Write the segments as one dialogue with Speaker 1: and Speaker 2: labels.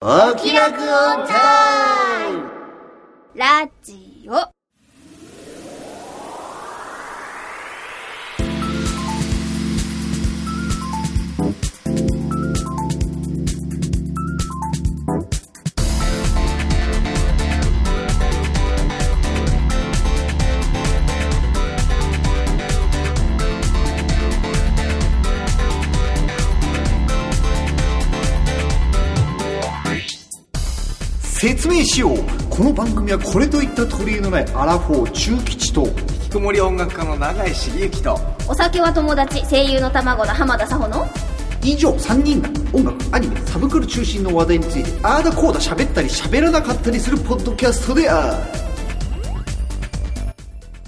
Speaker 1: お気楽オンタイム
Speaker 2: ラジオ。
Speaker 3: 説明しようこの番組はこれといった取り柄のないアラフォー中吉と
Speaker 4: 引きこもり音楽家の永井茂之と
Speaker 2: お酒は友達、声優の卵の浜田さほの。
Speaker 3: 以上3人が音楽アニメサブクル中心の話題についてああだこうだ喋ったり喋らなかったりするポッドキャストである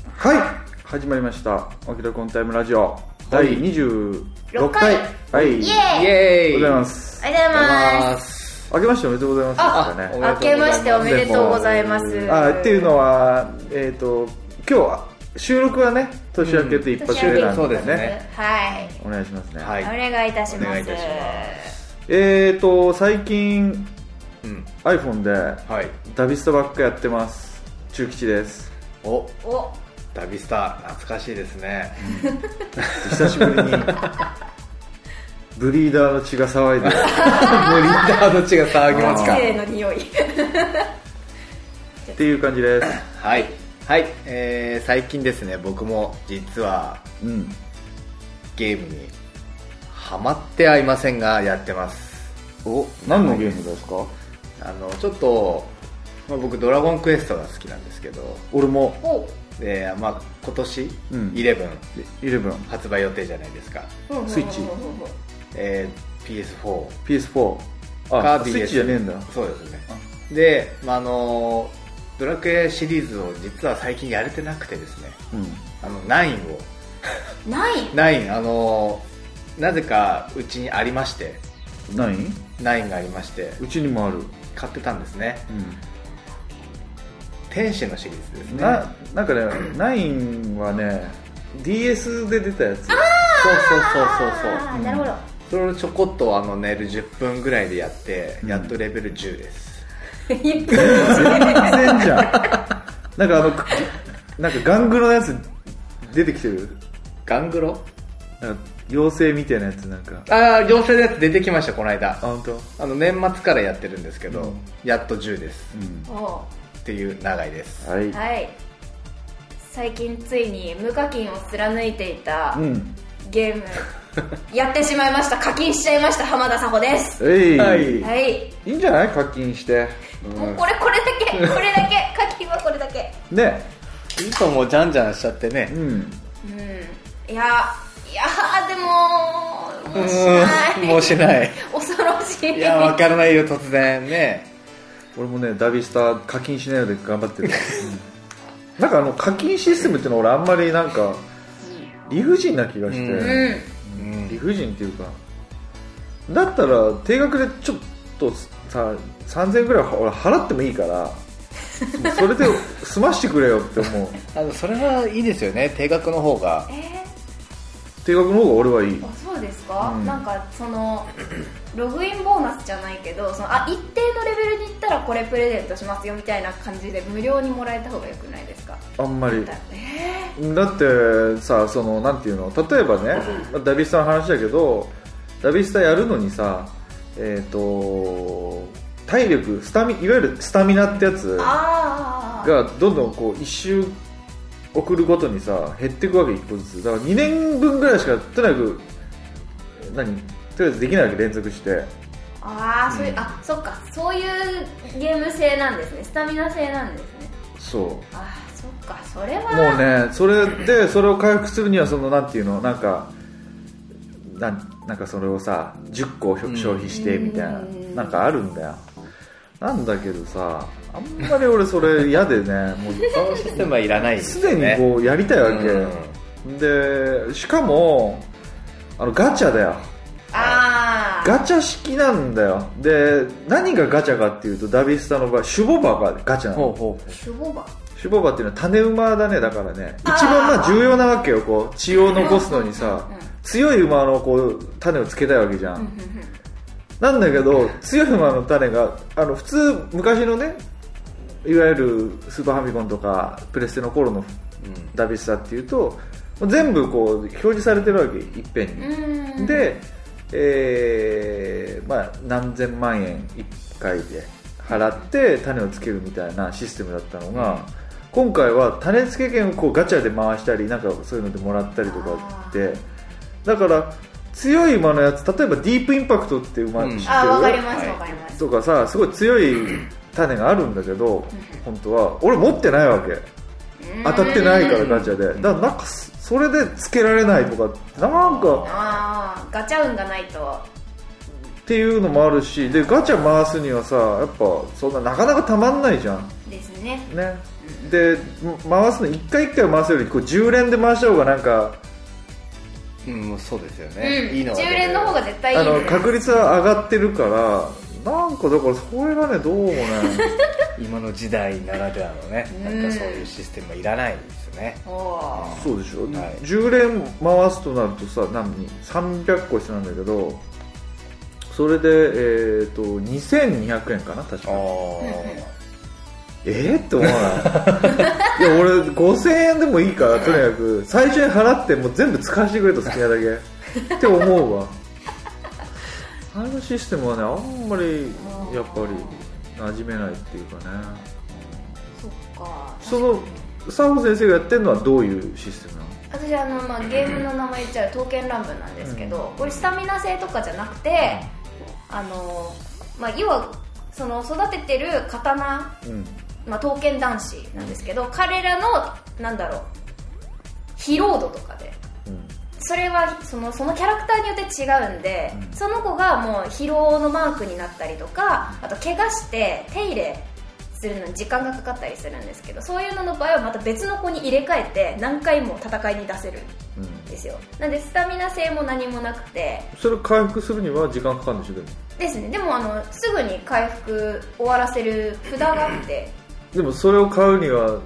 Speaker 5: はい始まりました「おきどこんタイムラジオ」第26回はい
Speaker 2: イ
Speaker 5: あ
Speaker 2: エーイ。
Speaker 4: エ
Speaker 5: りがとうございま
Speaker 2: あ
Speaker 5: す
Speaker 2: りがとうございます。
Speaker 5: 明けましておめでとうございますですかね
Speaker 2: 明けましておめでとうございます。
Speaker 5: あっていうのはえっ、と今日は収録はね年明けて一発目なん
Speaker 4: そう
Speaker 5: で
Speaker 4: です
Speaker 5: ね,、
Speaker 4: ね
Speaker 2: はい。
Speaker 5: お願いしますね、
Speaker 4: はい
Speaker 2: お願いいたし
Speaker 4: お
Speaker 2: ま
Speaker 4: 願
Speaker 2: す。
Speaker 4: いいたします
Speaker 5: えっ、と最近
Speaker 4: うん
Speaker 5: iPhone で
Speaker 4: はい
Speaker 5: ダビスタばっかやってます中吉です
Speaker 4: お
Speaker 2: お、
Speaker 4: ダビスタ懐かしいです ね
Speaker 5: 久しぶりにブリーダーの血が騒いでる
Speaker 4: もうリーダーの血が騒ぎますか
Speaker 2: せーの匂い。
Speaker 5: っていう感じです
Speaker 4: はいはい、えー、最近ですね僕も実は
Speaker 5: うん
Speaker 4: ゲームにハマってはいませんがやってますお
Speaker 5: 何のゲームですか
Speaker 4: あのちょっと、まあ、僕「ドラゴンクエスト」が好きなんですけど
Speaker 5: 俺も
Speaker 2: お、
Speaker 4: で、まあ、今年、
Speaker 5: うん
Speaker 4: 11
Speaker 5: イレブン
Speaker 4: 発売予定じゃないですか、
Speaker 5: スイッチ
Speaker 4: えー PS4
Speaker 5: PS4
Speaker 4: か
Speaker 5: あ
Speaker 4: BS
Speaker 5: スイッチじゃねえんだ
Speaker 4: そうですねで、まあ、あのドラクエシリーズを実は最近やれてなくてですね
Speaker 5: うん
Speaker 4: あの9を
Speaker 2: ない。
Speaker 4: 9あのなぜかうちにありまして
Speaker 5: ないう
Speaker 4: 9がありまして
Speaker 5: うちにもある
Speaker 4: 買ってたんですね
Speaker 5: う
Speaker 4: 天使のシリーズです
Speaker 5: ん
Speaker 4: ね
Speaker 5: ななんかね9はね DS で出たや
Speaker 4: そ
Speaker 5: つ
Speaker 4: うそうそうそ
Speaker 2: あ
Speaker 4: うそう
Speaker 2: ー、なるほど。
Speaker 4: それをちょこっとあの寝る10分ぐらいでやって
Speaker 5: うん
Speaker 4: やっとレベル10です、
Speaker 5: 全然じゃんなんかあのくなんかガングロのやつ出てきてる
Speaker 4: ガングロ
Speaker 5: なんか妖精みたいなやつなんか
Speaker 4: ああ行政のやつ出てきましたこの間
Speaker 5: あ本当
Speaker 4: あの年末からやってるんですけど、
Speaker 5: うん
Speaker 4: やっと10です
Speaker 5: うん
Speaker 2: お、
Speaker 4: っていう長いです
Speaker 5: はい
Speaker 2: はい。最近ついに無課金を貫いていた
Speaker 5: うん
Speaker 2: ゲーム、やってしまいました。課金しちゃいました浜田さほです。
Speaker 5: えい、
Speaker 4: はい
Speaker 5: い、
Speaker 2: はい。
Speaker 5: いんじゃない課金して、
Speaker 2: もうこれこれだけこれだけ課金はこれだけ。
Speaker 5: ね
Speaker 4: いつももうじゃんじゃんしちゃってね
Speaker 5: うん
Speaker 2: うんいやいやーでももうしない
Speaker 4: もうしない
Speaker 2: 恐ろしい
Speaker 4: いやわからないよ突然ね
Speaker 5: 俺もねダビスタ課金しないので頑張ってる、うんなんかあの課金システムっていうの俺あんまりなんか理不尽な気がして、
Speaker 2: う
Speaker 4: うんうん
Speaker 5: 理不尽っていうかだったら定額でちょっとさ3000円ぐらいは俺払ってもいいからもうそれで済ましてくれよって思う
Speaker 4: あのそれはいいですよね定額の方が
Speaker 2: え
Speaker 5: 定額の方が俺はいい
Speaker 2: ー、あそうですか、
Speaker 5: うん
Speaker 2: なんかそのログインボーナスじゃないけどそのあ一定のレベルに行ったらこれプレゼントしますよみたいな感じで無料にもらえた方がよくないですか
Speaker 5: あんまり
Speaker 2: だえ
Speaker 5: だってさそのなんていうの例えばねダビスタの話だけどダビスタやるのにさえっ、と体力スタミいわゆるスタミナってやつ
Speaker 2: ー、
Speaker 5: が
Speaker 2: ああ
Speaker 5: どんどんこう一周送るごとにさ減っていくわけ一個ずつだから2年分ぐらいしかとにかく何とりあえずできないわけ連続して
Speaker 2: あーそういう、あそっかそういうゲーム性なんですねスタミナ性なんですね
Speaker 5: そう
Speaker 2: あーそっかそれは
Speaker 5: もうねそれでそれを回復するにはそのなんていうのなんかなんなんかそれをさ10個をひょ
Speaker 4: うん
Speaker 5: 消費してみたいな、
Speaker 2: うん
Speaker 5: なんかあるんだよなんだけどさあんまり俺それ嫌でねもう
Speaker 4: そのシステムはいらないです
Speaker 5: す
Speaker 4: よ
Speaker 5: でに
Speaker 4: ね
Speaker 5: こうやりたいわけ、
Speaker 4: う
Speaker 5: でしかもあのガチャだよ
Speaker 2: ああ
Speaker 5: ガチャ式なんだよで何がガチャかっていうとダビスタの場合シュボバがガチャなの
Speaker 4: ほうほう
Speaker 2: シュボバ
Speaker 5: シュボバっていうのは種馬だねだからね一番まあ重要なわけよこう血を残すのにさ
Speaker 2: うん
Speaker 5: 強い馬のこう種をつけたいわけじゃん、
Speaker 2: うんうんうん
Speaker 5: なんだけど強い馬の種があの普通昔のねいわゆるスーパーファミコンとかプレステの頃のダビスタっていうと全部こう表示されてるわけいっぺんに、
Speaker 2: うん
Speaker 5: で、えーまあ、何千万円1回で払って種をつけるみたいなシステムだったのが、今回は種付け券をこうガチャで回したりなんかそういうのでもらったりとかってだから強い馬のやつ例えばディープインパクトっていう馬知ってる、
Speaker 2: あわかります
Speaker 4: はい
Speaker 2: わかります
Speaker 5: とかさすごい強い種があるんだけど本当は俺持ってないわけ当たってないからガチャでだからなんかそそれでつけられないとかってなんか
Speaker 2: ああガチャ運がないと
Speaker 5: っていうのもあるしでガチャ回すにはさやっぱそんななかなかたまんないじゃん
Speaker 2: ですね
Speaker 5: ねで回すの1回1回回すよりこう10連で回した方がなんか
Speaker 4: うん、もうそうですよ
Speaker 2: う
Speaker 4: ね、いい
Speaker 2: ん10
Speaker 4: のが出てる
Speaker 2: 連の方が絶対いい
Speaker 5: あの
Speaker 2: です
Speaker 5: 確率は上がってるからなんかだからそれがねどうもね
Speaker 4: 今の時代ならではのね、なんかそういうシステムはいらないですよね、
Speaker 2: おお
Speaker 5: そうでしょ、
Speaker 4: はい
Speaker 5: 10連回すとなるとさ何300個必要なんだけどそれで、えー、と2200円かな確か えー、って思わないいや俺5000円でもいいからとにかく最初に払ってもう全部使わせてくれと好きなだけって思うわあのシステムはねあんまりやっぱり馴染めないっていうかね
Speaker 2: そっか
Speaker 5: その佐保先生がやってるのはどういうシステムなの
Speaker 2: 私あの、まあ、ゲームの名前言っちゃう刀剣乱舞なんですけど、これスタミナ性とかじゃなくて、あのまあ、要はその育ててる刀、ま
Speaker 5: うん
Speaker 2: あ、刀剣男子なんですけど、彼らのなんだろう疲労度とかで
Speaker 5: うん
Speaker 2: それはそのそのキャラクターによって違うんで、その子がもう疲労のマークになったりとかあと怪我して手入れするのに時間がかかったりするんですけどそういうのの場合はまた別の子に入れ替えて何回も戦いに出せる
Speaker 5: うん
Speaker 2: んですよなんでスタミナ性も何もなくて
Speaker 5: それ回復するには時間かかるんでしょでも
Speaker 2: ですねでもあのすぐに回復終わらせる札があって
Speaker 5: でもそれを買うには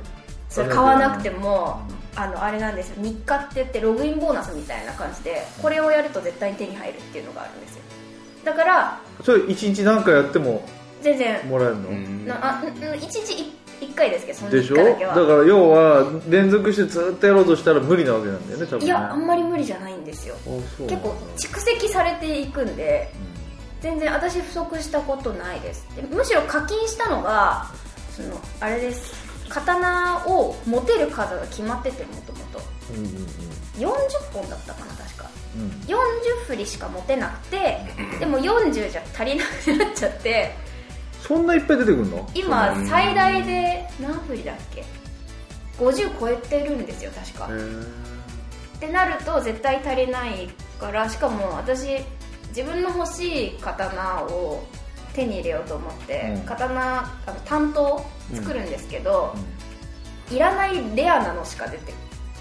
Speaker 2: それ買わなくてもあのあれなんですよ日課って言ってログインボーナスみたいな感じでこれをやると絶対に手に入るっていうのがあるんですよだから
Speaker 5: それ1日何回やっても
Speaker 2: 全然
Speaker 5: もらえるの、
Speaker 4: うん
Speaker 2: なあんん1日 1, 回ですけどその
Speaker 5: でし
Speaker 2: 日
Speaker 5: ょ
Speaker 2: 課
Speaker 5: だ
Speaker 2: だ
Speaker 5: か
Speaker 2: け
Speaker 5: ら
Speaker 2: は
Speaker 5: 要は連続してずっとやろうとしたら無理なわけなんだよね多分ね
Speaker 2: いやあん
Speaker 5: あ
Speaker 2: まり無理じゃないんですよ
Speaker 5: そうなんだ
Speaker 2: 結構蓄積されていくんで全然私不足したことないですでむしろ課金したのがそのあれです刀を持てる数が決まっててもともと
Speaker 5: うんうんうん
Speaker 2: 40本だったかな確か
Speaker 5: うん
Speaker 2: 40振りしか持てなくてでも40じゃ足りなくなっちゃって
Speaker 5: そんないっぱい出てくるの
Speaker 2: 今最大で何振りだっけ50超えてるんですよ確か
Speaker 5: へ
Speaker 2: ってなると絶対足りないからしかも私自分の欲しい刀を手に入れようと思って、
Speaker 5: うん
Speaker 2: 刀あの担当作るんですけど、いらないレアなのしか出て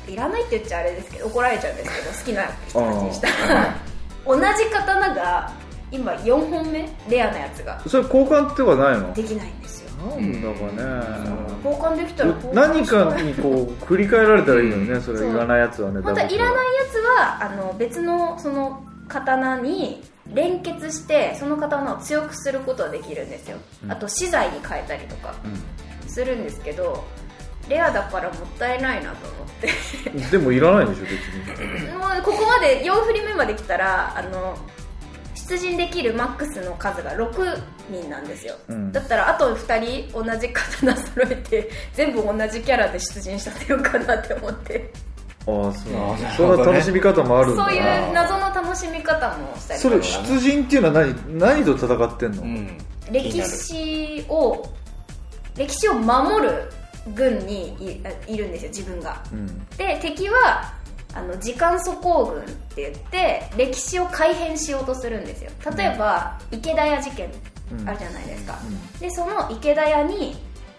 Speaker 2: いらないって言っちゃあれですけど怒られちゃうんですけど好きな人たちにしたら同じ刀が今4本目レアなやつが
Speaker 5: えそれ交換ってはないの
Speaker 2: できないんですよ
Speaker 5: なんだかね
Speaker 2: 交換できたら交換
Speaker 5: 何
Speaker 2: したい
Speaker 5: かにこう繰り返られたらいいのにねそれ
Speaker 2: そう
Speaker 5: いらないやつはね
Speaker 2: 本当はいらないやつはあの別のその刀に連結してその刀を強くすることはできるんですよ、あと資材に変えたりとかするんですけど、レアだからもったいないなと思って
Speaker 5: いでもいらないでしょ別に
Speaker 2: もうここまで4振り目まで来たらあの出陣できるマックスの数が6人なんですよ、
Speaker 5: うん
Speaker 2: だったらあと2人同じ刀揃えて全部同じキャラで出陣させようかなって思って
Speaker 5: ああそう
Speaker 4: あ
Speaker 5: な
Speaker 4: ー
Speaker 5: んだ
Speaker 4: なる
Speaker 5: そ
Speaker 4: ほどね
Speaker 5: んな楽しみ方もあるんだ
Speaker 2: そうい
Speaker 5: な
Speaker 2: う謎の楽しみ方もしたり
Speaker 5: そ
Speaker 2: と
Speaker 5: れ
Speaker 2: か
Speaker 5: 出陣っていうのは何何と戦ってんの、
Speaker 4: うん
Speaker 2: 歴史を歴史を守る軍にいいるんですよ自分が
Speaker 5: うん
Speaker 2: で敵はあの時間素行軍って言って歴史を改変しようとするんですよ例えば、池田屋事件
Speaker 5: うん
Speaker 2: あるじゃないですか、
Speaker 5: う
Speaker 2: でその池田屋に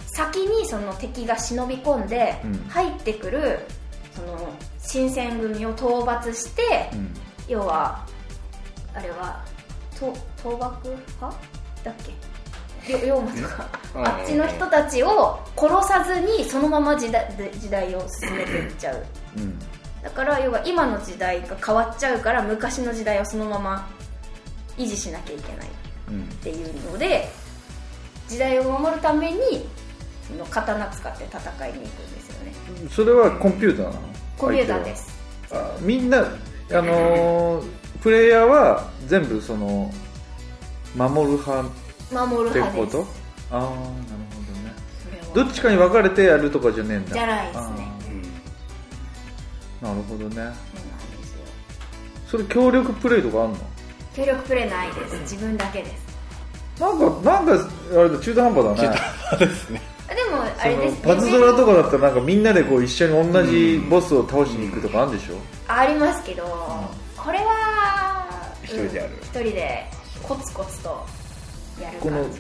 Speaker 2: 先にその敵が忍び込んで
Speaker 5: うん
Speaker 2: 入ってくるその新選組を討伐して、
Speaker 5: うん
Speaker 2: 要はあれはと倒幕派だっけりょ龍馬とか
Speaker 4: うん
Speaker 2: あっちの人たちを殺さずにそのまま時代時代を進めていっちゃう
Speaker 5: うん
Speaker 2: だから要は今の時代が変わっちゃうから昔の時代をそのまま維持しなきゃいけないっていうので時代を守るためにその刀使って戦いに行くんですよね
Speaker 5: それはコンピューターなの
Speaker 2: コンピューターです
Speaker 5: 相手はあみんなあのープレイヤーは全部その守る派っ
Speaker 2: 守る
Speaker 5: てこ
Speaker 2: 派です
Speaker 5: とああなるほどね
Speaker 2: それ
Speaker 5: ど
Speaker 2: は
Speaker 5: っちかに分かれてやるとかじゃねえんだ
Speaker 2: じゃないですね
Speaker 5: あーなるほどね
Speaker 2: そうなんですよ
Speaker 5: それ協力プレイとかあんの
Speaker 2: 協力プレイないです自分だけです
Speaker 5: なんかなんかあれだ中途半端だね
Speaker 2: あでもあ
Speaker 5: そ
Speaker 2: れ
Speaker 5: の
Speaker 2: ですね
Speaker 5: パズドラとかだったらなんかみんなでこう一緒に同じボスを倒しに行くとかあるんでしょ、
Speaker 2: ありますけど、これは
Speaker 4: 一人でやる
Speaker 2: うん一人でコツコツとやる
Speaker 5: この
Speaker 2: 感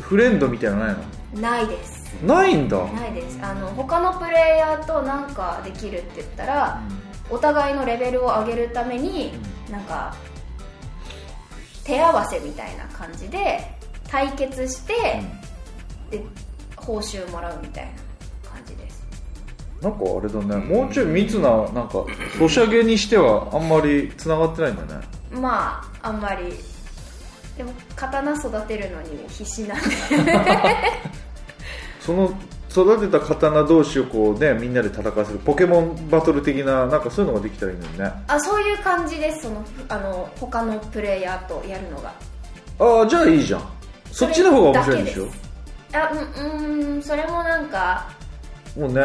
Speaker 5: フレンドみたいなのない
Speaker 2: じないです
Speaker 5: のないんだ、
Speaker 2: ないですあの他のプレイヤーとなんかできるって言ったら、お互いのレベルを上げるために、なんか手合わせみたいな感じで対決して、で報酬もらうみたいな感じです
Speaker 5: なんかあれだねもうちょい密ななんかソシャゲにしてはあんまりつながってないんだね
Speaker 2: まああんまりでも刀育てるのに必死なんで
Speaker 5: その育てた刀同士をこうねみんなで戦わせるポケモンバトル的ななんかそういうのができたらいいのにねあ
Speaker 2: あそういう感じですそのあの他のプレイヤーとやるのが
Speaker 5: あじゃあいいじゃんそっちの方が面白いんでしょ
Speaker 2: そあうんうーんそれもなんか
Speaker 5: もうね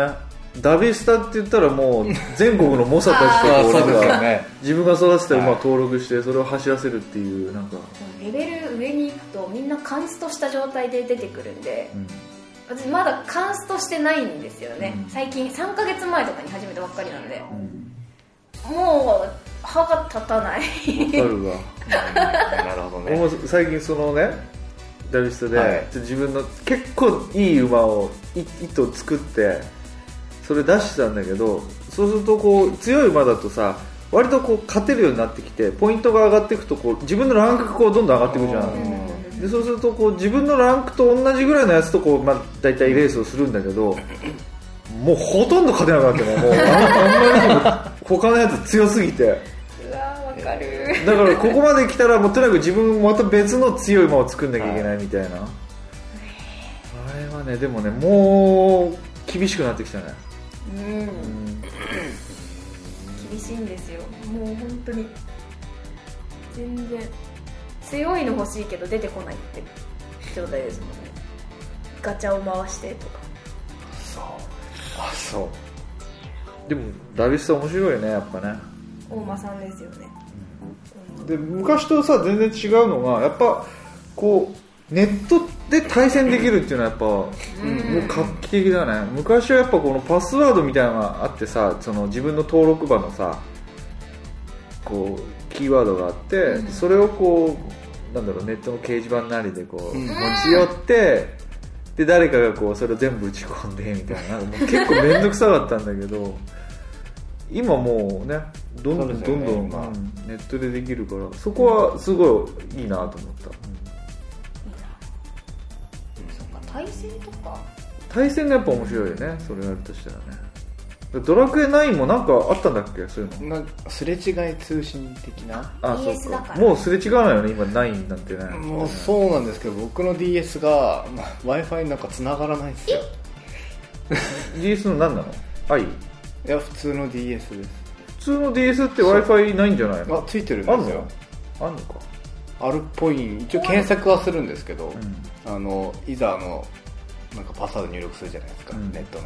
Speaker 5: ダビスタって言ったらもう全国の猛者たち
Speaker 4: あー
Speaker 5: とこう
Speaker 4: そうですよ
Speaker 5: なんか
Speaker 4: ね
Speaker 5: 自分が育てた馬を登録してそれを走らせるっていうなんか、
Speaker 2: レベル上に行くとみんなカンストした状態で出てくるんで
Speaker 5: うん
Speaker 2: 私まだカンストしてないんですよね、
Speaker 5: うん
Speaker 2: 最近3ヶ月前とかに始めたばっかりなんで、もう歯が立たない
Speaker 5: わかるわ
Speaker 4: なるほど
Speaker 5: 俺
Speaker 4: ね
Speaker 5: も最近そのねダビストで、
Speaker 4: はい
Speaker 5: 自分の結構いい馬をい糸を作ってそれ出してたんだけどそうするとこう強い馬だとさ割とこう勝てるようになってきてポイントが上がっていくとこう自分のランクがこうどんどん上がっていくじゃ
Speaker 4: うん
Speaker 5: でそうするとこう自分のランクと同じぐらいのやつとこう、まあ、大体レースをするんだけどもうほとんど勝てなくなってねもうあんあんまりにも他のやつ強すぎて。
Speaker 2: うわーわかる
Speaker 5: だからここまで来たらもうとにかく自分また別の強い馬を作んなきゃいけないみたいな、あれはねでもねもう厳しくなってきたね
Speaker 2: うん厳しいんですよもう本当に全然強いの欲しいけど出てこないって状態ですもんねガチャを回してとか
Speaker 5: あそうでもダビスタ面白いよねやっぱね
Speaker 2: 大間さんですよね
Speaker 5: で昔とさ全然違うのがやっぱこうネットで対戦できるっていうのはやっぱ、もう画期的だね昔はやっぱこのパスワードみたいなのがあってさその自分の登録場のさこうキーワードがあって、それをこうなんだろうネットの掲示板なりでこう、
Speaker 4: うん
Speaker 5: 持ち寄ってで誰かがこうそれを全部打ち込んでみたいななんかもう結構面倒くさかったんだけど今もうねどん
Speaker 4: そ
Speaker 5: ど
Speaker 4: うんで
Speaker 5: ど
Speaker 4: すよ
Speaker 5: ん
Speaker 4: ね
Speaker 5: どん、
Speaker 4: 今
Speaker 5: うんネットでできるからそこはすごいいいなと思った、
Speaker 2: そっか対戦とか
Speaker 5: 対戦がやっぱ面白いよねそれやるとしたらねドラクエ9もなんかあったんだっけそういうの
Speaker 4: なんかすれ違い通信的な
Speaker 5: あ
Speaker 2: DS
Speaker 5: そう
Speaker 2: だ
Speaker 5: か
Speaker 2: から
Speaker 5: もうすれ違わないよね今9なんてね
Speaker 4: もうそうなんですけど僕の DS が、ま、w i f i なんか繋がらないんですよ
Speaker 5: DS の何なの i
Speaker 4: いや普通の DS です
Speaker 5: 普通の DS って w i f i ないんじゃないの
Speaker 4: あついてるん
Speaker 5: あ
Speaker 4: で
Speaker 5: ん
Speaker 4: す
Speaker 5: の
Speaker 4: よ
Speaker 5: あんのか
Speaker 4: あるっぽい一応検索はするんですけど、
Speaker 5: ん
Speaker 4: あのいざあのなんかパスワード入力するじゃないですか、
Speaker 5: うん
Speaker 4: ネットの、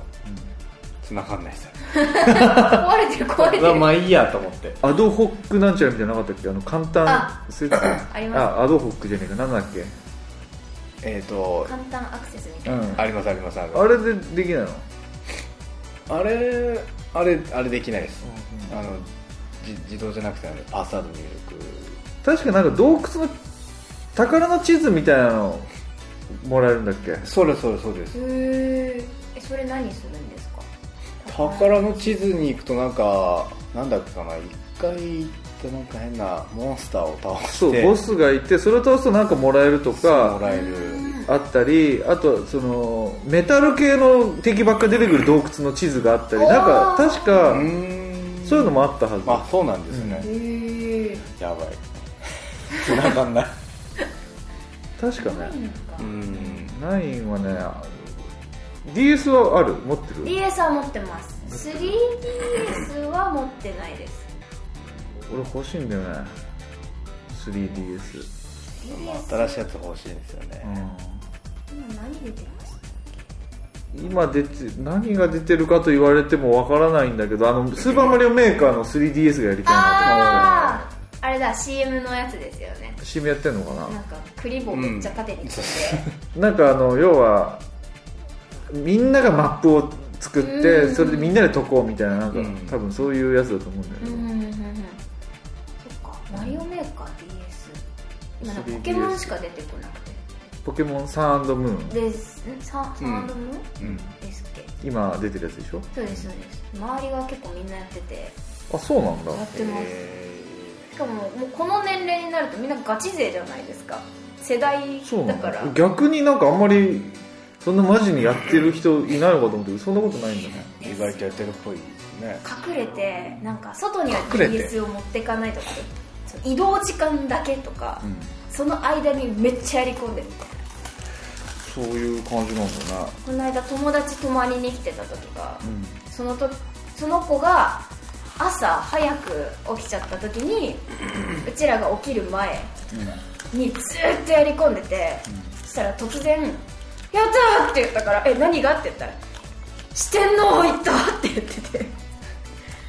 Speaker 4: 繋がんないですよ
Speaker 2: 壊れてる壊れて
Speaker 4: まあ
Speaker 2: る
Speaker 4: まあいいやと思って
Speaker 5: アドホックなんちゃらみたいなのなかったっけあの簡単
Speaker 2: あ
Speaker 5: 説あ
Speaker 2: あります
Speaker 5: アドホックじゃねえかなんだっけ
Speaker 4: えっ、と
Speaker 2: 簡単アクセスみたいな、
Speaker 5: うん
Speaker 4: ありますありますあります
Speaker 5: あれでできないの
Speaker 4: あれあれあれできないです、あのじ自動じゃなくてあのパスワード入力
Speaker 5: 確かなんか洞窟の宝の地図みたいなのもらえるんだっけ
Speaker 4: それそれそうです
Speaker 2: へーえそれ何するんですか
Speaker 4: 宝の地図に行くとなんかなんだっけかな一回行ってなんか変なモンスターを倒して
Speaker 5: そうボスがいてそれを倒すとなんかもらえると
Speaker 4: も
Speaker 5: から
Speaker 4: える
Speaker 5: あったりあとそのメタル系の敵ばっか出てくる洞窟の地図があったりなんか確
Speaker 4: う
Speaker 5: か
Speaker 4: ーん
Speaker 5: そういうのもあったはず
Speaker 4: あそうなんですね、
Speaker 2: へえ
Speaker 4: やばい繋がんない
Speaker 5: 確かね
Speaker 4: うん
Speaker 5: 9はね DS はある持ってる
Speaker 2: DS は持ってます 3DS は持ってないです
Speaker 5: 俺欲しいんだよね 3DS
Speaker 4: 新しいやつ欲しいですよね、
Speaker 2: 今何出てます
Speaker 5: 今出て何が出てるかと言われてもわからないんだけどあのスーパーマリオメーカーの 3DS がやりたいな
Speaker 2: あああれだ CM のやつですよね
Speaker 5: と CM やってんのかな
Speaker 2: なんかクリボーめっちゃ縦に切って、
Speaker 5: なんかあの要はみんながマップを作って、
Speaker 2: うん
Speaker 5: それでみんなで解こうみたいななんか、
Speaker 4: うん
Speaker 5: 多分そういうやつだと思うんだけ
Speaker 2: うん
Speaker 5: ど、
Speaker 2: うんうんうんそっかマリオメーカー DS 今なんかポケモンしか出てこなくて
Speaker 5: ポケモンサンムーン
Speaker 2: ですんササンドム
Speaker 4: うん、
Speaker 2: ですっけ
Speaker 5: 今出てるやつでしょ
Speaker 2: そうですそうです周りが結構みんなやっててや
Speaker 5: あそうなんだ
Speaker 2: ってます、
Speaker 4: え
Speaker 2: しかももうこの年齢になるとみんなガチ勢じゃないですか世代
Speaker 5: そうな
Speaker 2: だ
Speaker 5: ん
Speaker 2: から
Speaker 5: だ逆になんかあんまりそんなマジにやってる人いないのかと思ってそんなことないんだね
Speaker 4: ー、意外とやってるっぽいですね
Speaker 2: 隠れてなんか外には
Speaker 4: 隠れて
Speaker 2: DS を持っていかないとかその移動時間だけとか、その間にめっちゃやり込んでる
Speaker 5: そういう感じなんだな
Speaker 2: この間友達泊まりに来てた時が、そのとその子が朝早く起きちゃった時 にうちらが起きる前にずーっとやり込んでて、そしたら突然「やったー!」って言ったから「え何が?」って言ったら「四天王行った!」って言ってて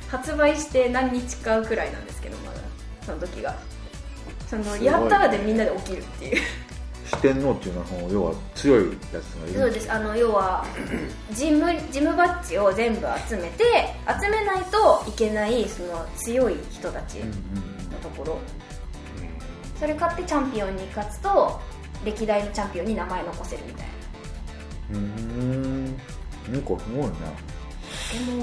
Speaker 2: 発売して何日かくらいなんですけどまだその時がその「
Speaker 4: ごいね
Speaker 2: やったー!」でみんなで起きるっていう
Speaker 5: 四天王っていうのはその要は強いやつがいる
Speaker 2: そうですあの要 はジムジムバッジを全部集めて集めないといけないその強い人たちのところ、それ買ってチャンピオンに勝つと歴代のチャンピオンに名前残せるみたいな
Speaker 5: うーんなんかすごいね
Speaker 2: ポケモ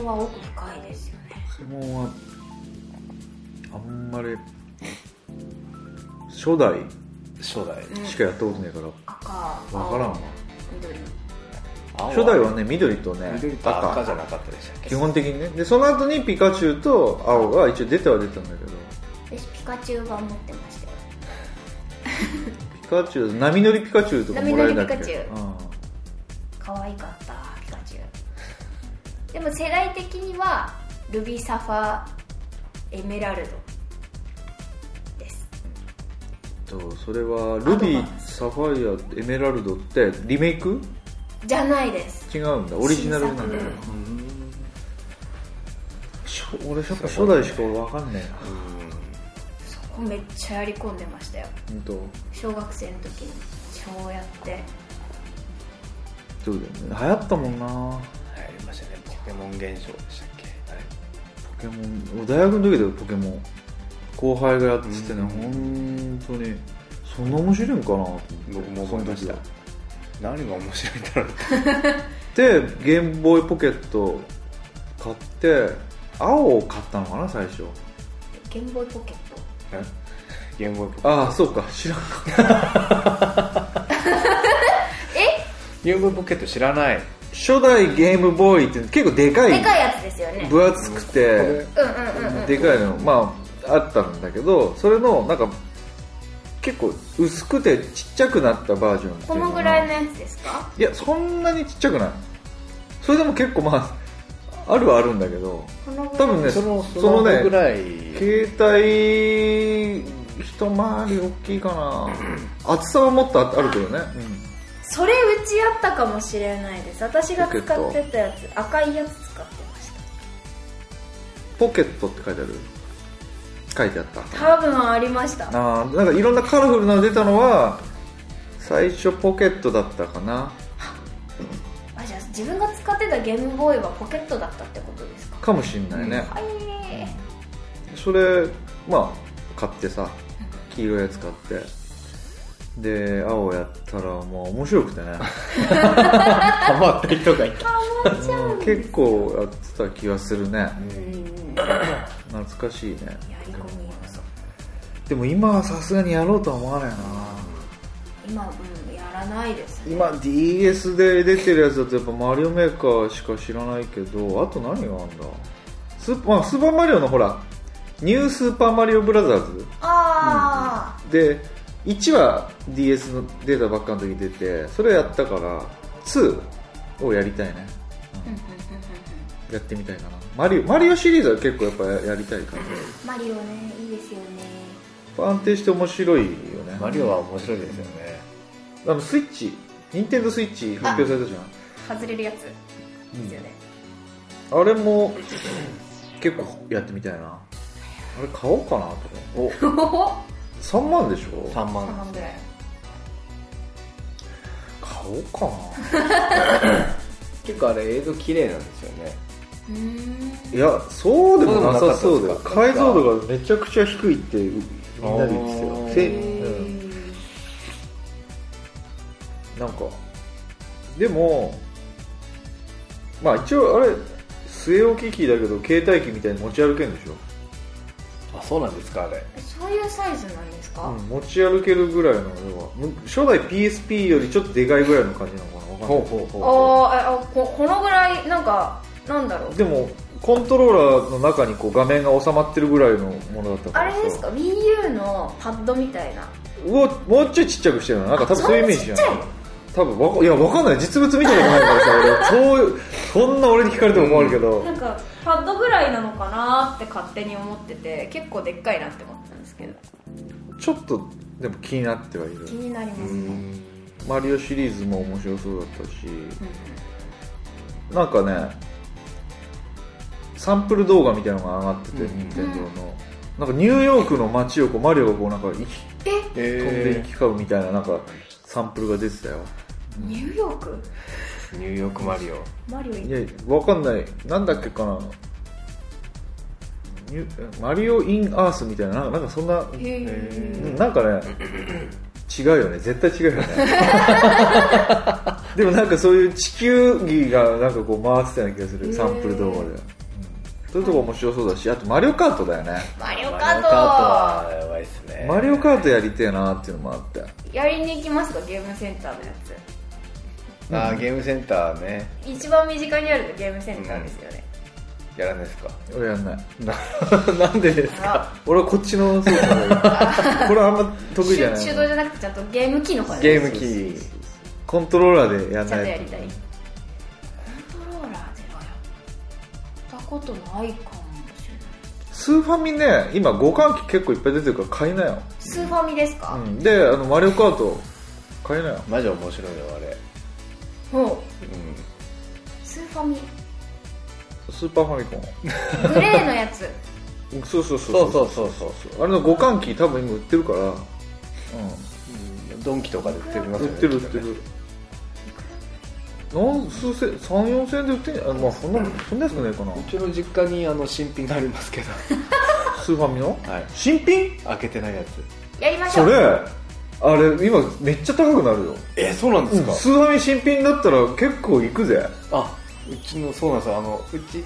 Speaker 2: ンは奥深いですよね
Speaker 5: ポケモンはあんまり初代
Speaker 4: 初代
Speaker 5: しかやったことないから
Speaker 2: 赤
Speaker 5: 分からんわ
Speaker 2: 青緑
Speaker 5: 初代はね緑とね
Speaker 4: 緑と赤じゃ
Speaker 5: 赤
Speaker 4: なかったでしたっけ
Speaker 5: 基本的にねでその後にピカチュウと青が一応出ては出たんだけど
Speaker 2: 私ピカチュウ版持ってましたよ
Speaker 5: ピカチュウ波乗りピカチュウとかもらえた
Speaker 2: 波
Speaker 5: っけ
Speaker 2: 乗りピカチュウ可愛かったピカ チュウでも世代的にはルビーサファエメラルドです
Speaker 5: うんとそれはルビーサファイアエメラルドってリメイク
Speaker 2: じゃないです
Speaker 5: 違うんだオリジナルなんだ
Speaker 2: 新作
Speaker 5: しょ俺やっぱ初代しか分かんね
Speaker 2: そこめっちゃやり込んでましたよ
Speaker 5: えなうんと
Speaker 2: 小学生の時にそうやって
Speaker 5: そうだよね流行ったもんな
Speaker 4: 流行りましたねポケモン現象でしたっけあれ
Speaker 5: ポケモン大学の時だよポケモン後輩がやっててね本当にそんな面白いんかなと思って
Speaker 4: 僕も思いまし
Speaker 5: その時
Speaker 4: た
Speaker 5: は
Speaker 4: 何が面白いんだろうって
Speaker 5: でゲームボーイポケット買って青を買ったのかな最初
Speaker 2: ゲームボーイポケット
Speaker 4: 言語ポケ
Speaker 5: ああそうか知らんか
Speaker 4: 言語ポケット知らない
Speaker 5: 初代ゲームボーイって結構でか
Speaker 2: で
Speaker 5: い
Speaker 2: かいやつですよね
Speaker 5: 分厚くて
Speaker 2: うんうんうんうん
Speaker 5: でかいのまああったんだけどそれのなんか結構薄くてちっちゃくなったバージョンっていう
Speaker 2: この
Speaker 5: が
Speaker 2: ぐらいのやつですか
Speaker 5: いやそんなにちっちゃくないそれでも結構まああるはあるんだけど
Speaker 2: このぐら
Speaker 5: 多
Speaker 2: い
Speaker 5: 分ね
Speaker 4: その
Speaker 5: そ
Speaker 4: その
Speaker 5: のね
Speaker 4: ぐらい
Speaker 5: 携帯一回り大きいかな厚さはもっとああるけどね、
Speaker 2: それうちあったかもしれないです私が使ってたやつ赤いやつ使ってました
Speaker 5: ポケットって書いてある書いてあった
Speaker 2: 多分ありました
Speaker 5: あーなんかいろんなカラフルなの出たのは最初ポケットだったかな
Speaker 2: あじゃあ自分が使ってたゲームボーイはポケットだったってことですか
Speaker 5: かもしんないね、
Speaker 2: はい
Speaker 5: それまあ買ってさ黄色いやつ買ってで青やったらもう面白くてね
Speaker 4: ハマった人がいた
Speaker 5: うん結構やってた気がするね
Speaker 2: うん
Speaker 5: 懐かしいね
Speaker 2: やり込み要素
Speaker 5: でも今はさすがにやろうとは思わないな
Speaker 2: 今うんやらないです
Speaker 5: 今 DS で出てるやつだとやっぱマリオメーカーしか知らないけどあと何があるんだスー,、まあ、スーパーマリオのほらニュースーパーマリオブラザーズ
Speaker 2: ああ
Speaker 5: で1は DS のデータばっかの時出てそれやったから2をやりたいね、
Speaker 2: うんうんうん
Speaker 5: うんやってみたいかなマリオマリオシリーズは結構やっぱややりたい感じ
Speaker 2: うんマリオねいいですよね
Speaker 5: 安定して面白いよね
Speaker 4: マリオは面白いですよね
Speaker 5: あのスイッチ任天堂スイッチ発表されたじゃん
Speaker 2: 外れるやつですよね、
Speaker 5: あれも結構やってみたいなあれ買おうかなとか
Speaker 4: お
Speaker 2: おほほ
Speaker 5: 3万でしょ買
Speaker 2: 3
Speaker 4: 3万
Speaker 2: 万ぐらい
Speaker 5: おうかな
Speaker 4: 結構あれ映像綺麗なんですよね
Speaker 2: うーん
Speaker 5: いやそうでもなさそう
Speaker 4: そうでも
Speaker 5: だよ
Speaker 4: なかったで
Speaker 5: 解
Speaker 4: すか
Speaker 5: 像度がめちゃくちゃ低いってみんなで言
Speaker 4: あ
Speaker 5: っ
Speaker 4: ー
Speaker 5: てたよ
Speaker 4: う
Speaker 5: せうん
Speaker 2: へ
Speaker 5: なんかでもまあ一応あれ据え置き機だけど携帯機みたいに持ち歩けるんでしょ
Speaker 4: あそうなんですかあれ
Speaker 2: ーそういうサイズなんですか、
Speaker 5: うん、持ち歩けるぐらいの要はむ初代 PSP よりちょっとでかいぐらいの感じなのかなわかんない
Speaker 4: ほうほ
Speaker 2: あーああここのぐらいなんかなんだろう
Speaker 5: でもコントローラーの中にこう画面が収まってるぐらいのものだったか
Speaker 2: あ
Speaker 5: ら
Speaker 2: れですか WiiU のパッドみたいな
Speaker 5: うわもうちょいちっちゃくしてるのなんか多分そういうイメージじゃん
Speaker 2: そんなちっ
Speaker 5: 多分わかいやわかんない実物見たことないからさ 俺そういうそんな俺に聞かれても困るけど、
Speaker 2: なんかパッドぐらいなのかなって勝手に思ってて結構でっかいなって思ったんですけど
Speaker 5: ちょっとでも気になってはいる
Speaker 2: 気になります
Speaker 4: う
Speaker 2: ね
Speaker 4: ん
Speaker 5: マリオシリーズも面白そうだったし、なんかねサンプル動画みたいなのが上がってて、
Speaker 4: うん
Speaker 5: 任天堂のなんかニューヨークの街をこうマリオがこうなんか行き
Speaker 2: え
Speaker 5: 飛んで行き交うみたいななんかサンプルが出てたよ
Speaker 2: ニューヨーク
Speaker 4: ニューヨークマリオ
Speaker 2: マリオ
Speaker 5: いやわかんないなんだっけかなニュマリオ・イン・アースみたいななんかなんかそんな、
Speaker 2: へ
Speaker 5: うんなんかね違うよね絶対違う よねでもなんかそういう地球儀がなんかこう回ってたような気がす
Speaker 2: へ
Speaker 5: る
Speaker 2: ー
Speaker 5: サンプル動画で、うんそういうとこ面白そうだしあとマリオカートだよね
Speaker 2: マリオカ
Speaker 4: マ
Speaker 2: ー
Speaker 4: リ
Speaker 2: ト
Speaker 4: オカートはやばいっすね
Speaker 5: マリオカートやりてえなっていうのもあって
Speaker 2: やりに行きますかゲームセンターのやつ
Speaker 4: あーゲームセンターね
Speaker 2: 一番身近にあるのゲームセンターですよね、
Speaker 4: やらないですか
Speaker 5: 俺やんない
Speaker 4: ななんでですか
Speaker 2: あ
Speaker 5: 俺はこっちの操作だ よこれあんま得意じゃない
Speaker 2: 手手動じゃなくてちゃんとゲーム機の方で
Speaker 4: ゲーム機
Speaker 5: コントローラーでやん
Speaker 2: ちゃんと
Speaker 5: な
Speaker 2: や
Speaker 5: い
Speaker 2: りたいコントローラーではやったことないかもしれない
Speaker 5: スーファミね今互換機結構いっぱい出てるから買いなよ、
Speaker 2: スーファミです
Speaker 5: う
Speaker 2: か、
Speaker 5: ん、であのマリオカート買いなよ
Speaker 4: マジ面白いよあれ
Speaker 2: もう
Speaker 4: うん
Speaker 2: スーファミ
Speaker 5: スーパーファミコン
Speaker 2: グレーのや つ
Speaker 5: うんそうそうそう
Speaker 4: そうそうそうそう
Speaker 5: あれの互換機多分今売ってるからうん
Speaker 4: うんドンキとかで売ってます
Speaker 5: 売
Speaker 4: よね
Speaker 5: ってる売って
Speaker 4: き
Speaker 5: るなん数千34,000円で売ってんじゃんあまあそんなそんな安くないかな
Speaker 4: っとねうちの実家にあの新品がありますけど
Speaker 5: スーファミの
Speaker 4: はい
Speaker 5: 新品
Speaker 4: 開けてないやつ
Speaker 2: やりましょ
Speaker 5: そうれあれ今めっちゃ高くなるよ
Speaker 4: えそうなんですか、
Speaker 5: スーファミ新品だったら結構いくぜ
Speaker 4: あうちのそうなんですよあのうち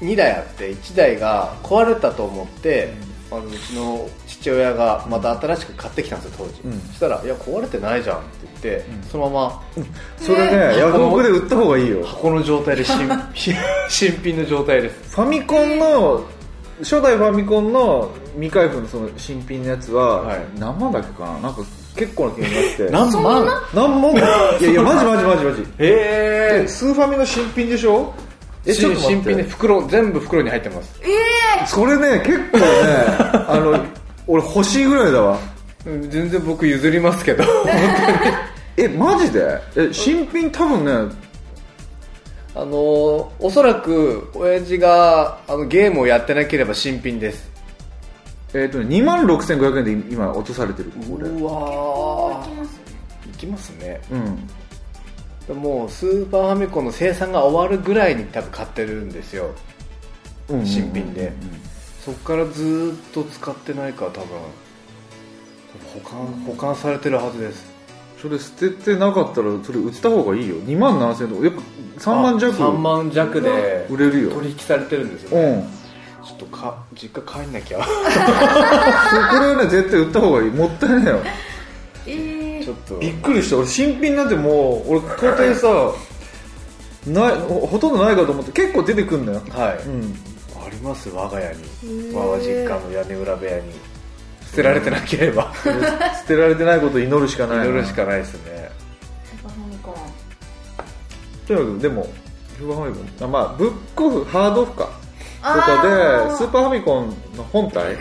Speaker 4: 2台あって1台が壊れたと思って、あのうちの父親がまた新しく買ってきたんですよ当時、
Speaker 5: うん
Speaker 4: そしたら「いや壊れてないじゃん」って言って、
Speaker 5: うん
Speaker 4: そのまま
Speaker 5: それねヤフオクで売った方がいいよ
Speaker 4: 箱の状態で 新新新品の状態です
Speaker 5: ファミコンの初代ファミコンの未開封のその新品のやつは、
Speaker 4: はい
Speaker 5: 何万だっけかななんか結構な金 額して
Speaker 4: 何万
Speaker 5: 何万 いやいやマジマジマジマジ
Speaker 4: え
Speaker 5: えスーファミの新品でしょえちょっと待
Speaker 4: 新
Speaker 5: って
Speaker 4: 品で袋全部袋に入ってます、
Speaker 5: それね結 構ねあの俺欲しいぐらいだわ
Speaker 4: うん全然僕譲りますけど
Speaker 5: えマジでえ新品多分ね
Speaker 4: あのおそらく親父があのゲームをやってなければ新品です
Speaker 5: えっ、とね2万6500円で今落とされてるこれ
Speaker 4: うわ
Speaker 2: 行きますね
Speaker 4: ーいきますね
Speaker 5: うん
Speaker 4: もうスーパーファミコンの生産が終わるぐらいに多分買ってるんですよ
Speaker 5: うん
Speaker 4: 新品でそっからずーっと使ってないから多分多分保管保管されてるはずです
Speaker 5: それ捨ててなかったらそれ売った方がいいよ2万7000円とかやっぱ3万弱
Speaker 4: 3万弱で
Speaker 5: 売れるよ
Speaker 4: 取引されてるんですよ、
Speaker 5: う
Speaker 4: ね
Speaker 5: ん
Speaker 4: ちょっとか実家帰んなきゃ
Speaker 5: そうこれはね絶対売った方がいいもったいないよ
Speaker 2: え
Speaker 4: ちょっと
Speaker 5: びっくりした俺新品なんてもう俺到底さないほほとんどないかと思って結構出てくんだよ
Speaker 4: はい、
Speaker 5: うん
Speaker 4: あります我が家に
Speaker 2: ー
Speaker 4: 我が実家の屋根裏部屋に捨てられてなければ
Speaker 5: 捨てられてないことを祈るしかない な
Speaker 4: 祈るしかないですね
Speaker 2: ーパーファミコン
Speaker 5: とにかくでもスーパーファミコンあまあブックオフハードオフかとかでスーパーファミコンの本体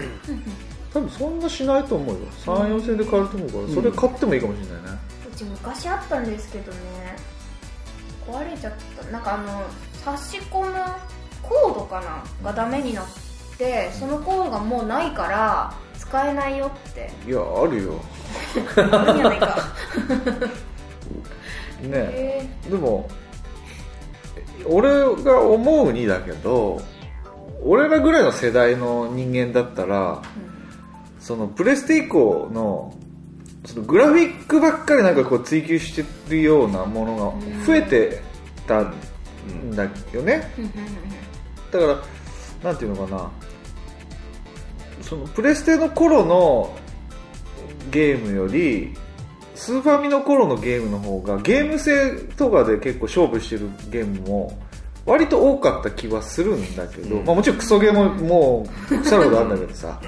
Speaker 5: 多分そんなしないと思うよ34千円で買えると思うからそれ買ってもいいかもしれないね、
Speaker 2: うち昔あったんですけどね壊れちゃったなんかあの差し込むコードかながダメになってそのコードがもうないから使えないよって
Speaker 5: いやあるよ
Speaker 2: 言うんじゃないか
Speaker 5: ね
Speaker 2: えー
Speaker 5: でも俺が思うにだけど俺らぐらいの世代の人間だったらそのプレステ以降のそのグラフィックばっかりなんかこう追求してるようなものが増えてたんだよね、
Speaker 2: うん
Speaker 5: だからなんていうのかなそのプレステの頃のゲームよりスーファミの頃のゲームの方がゲーム性とかで結構勝負してるゲームも割と多かった気はするんだけど、
Speaker 4: うん
Speaker 5: まあ、もちろんクソゲームももう腐るほどあるんだけどさ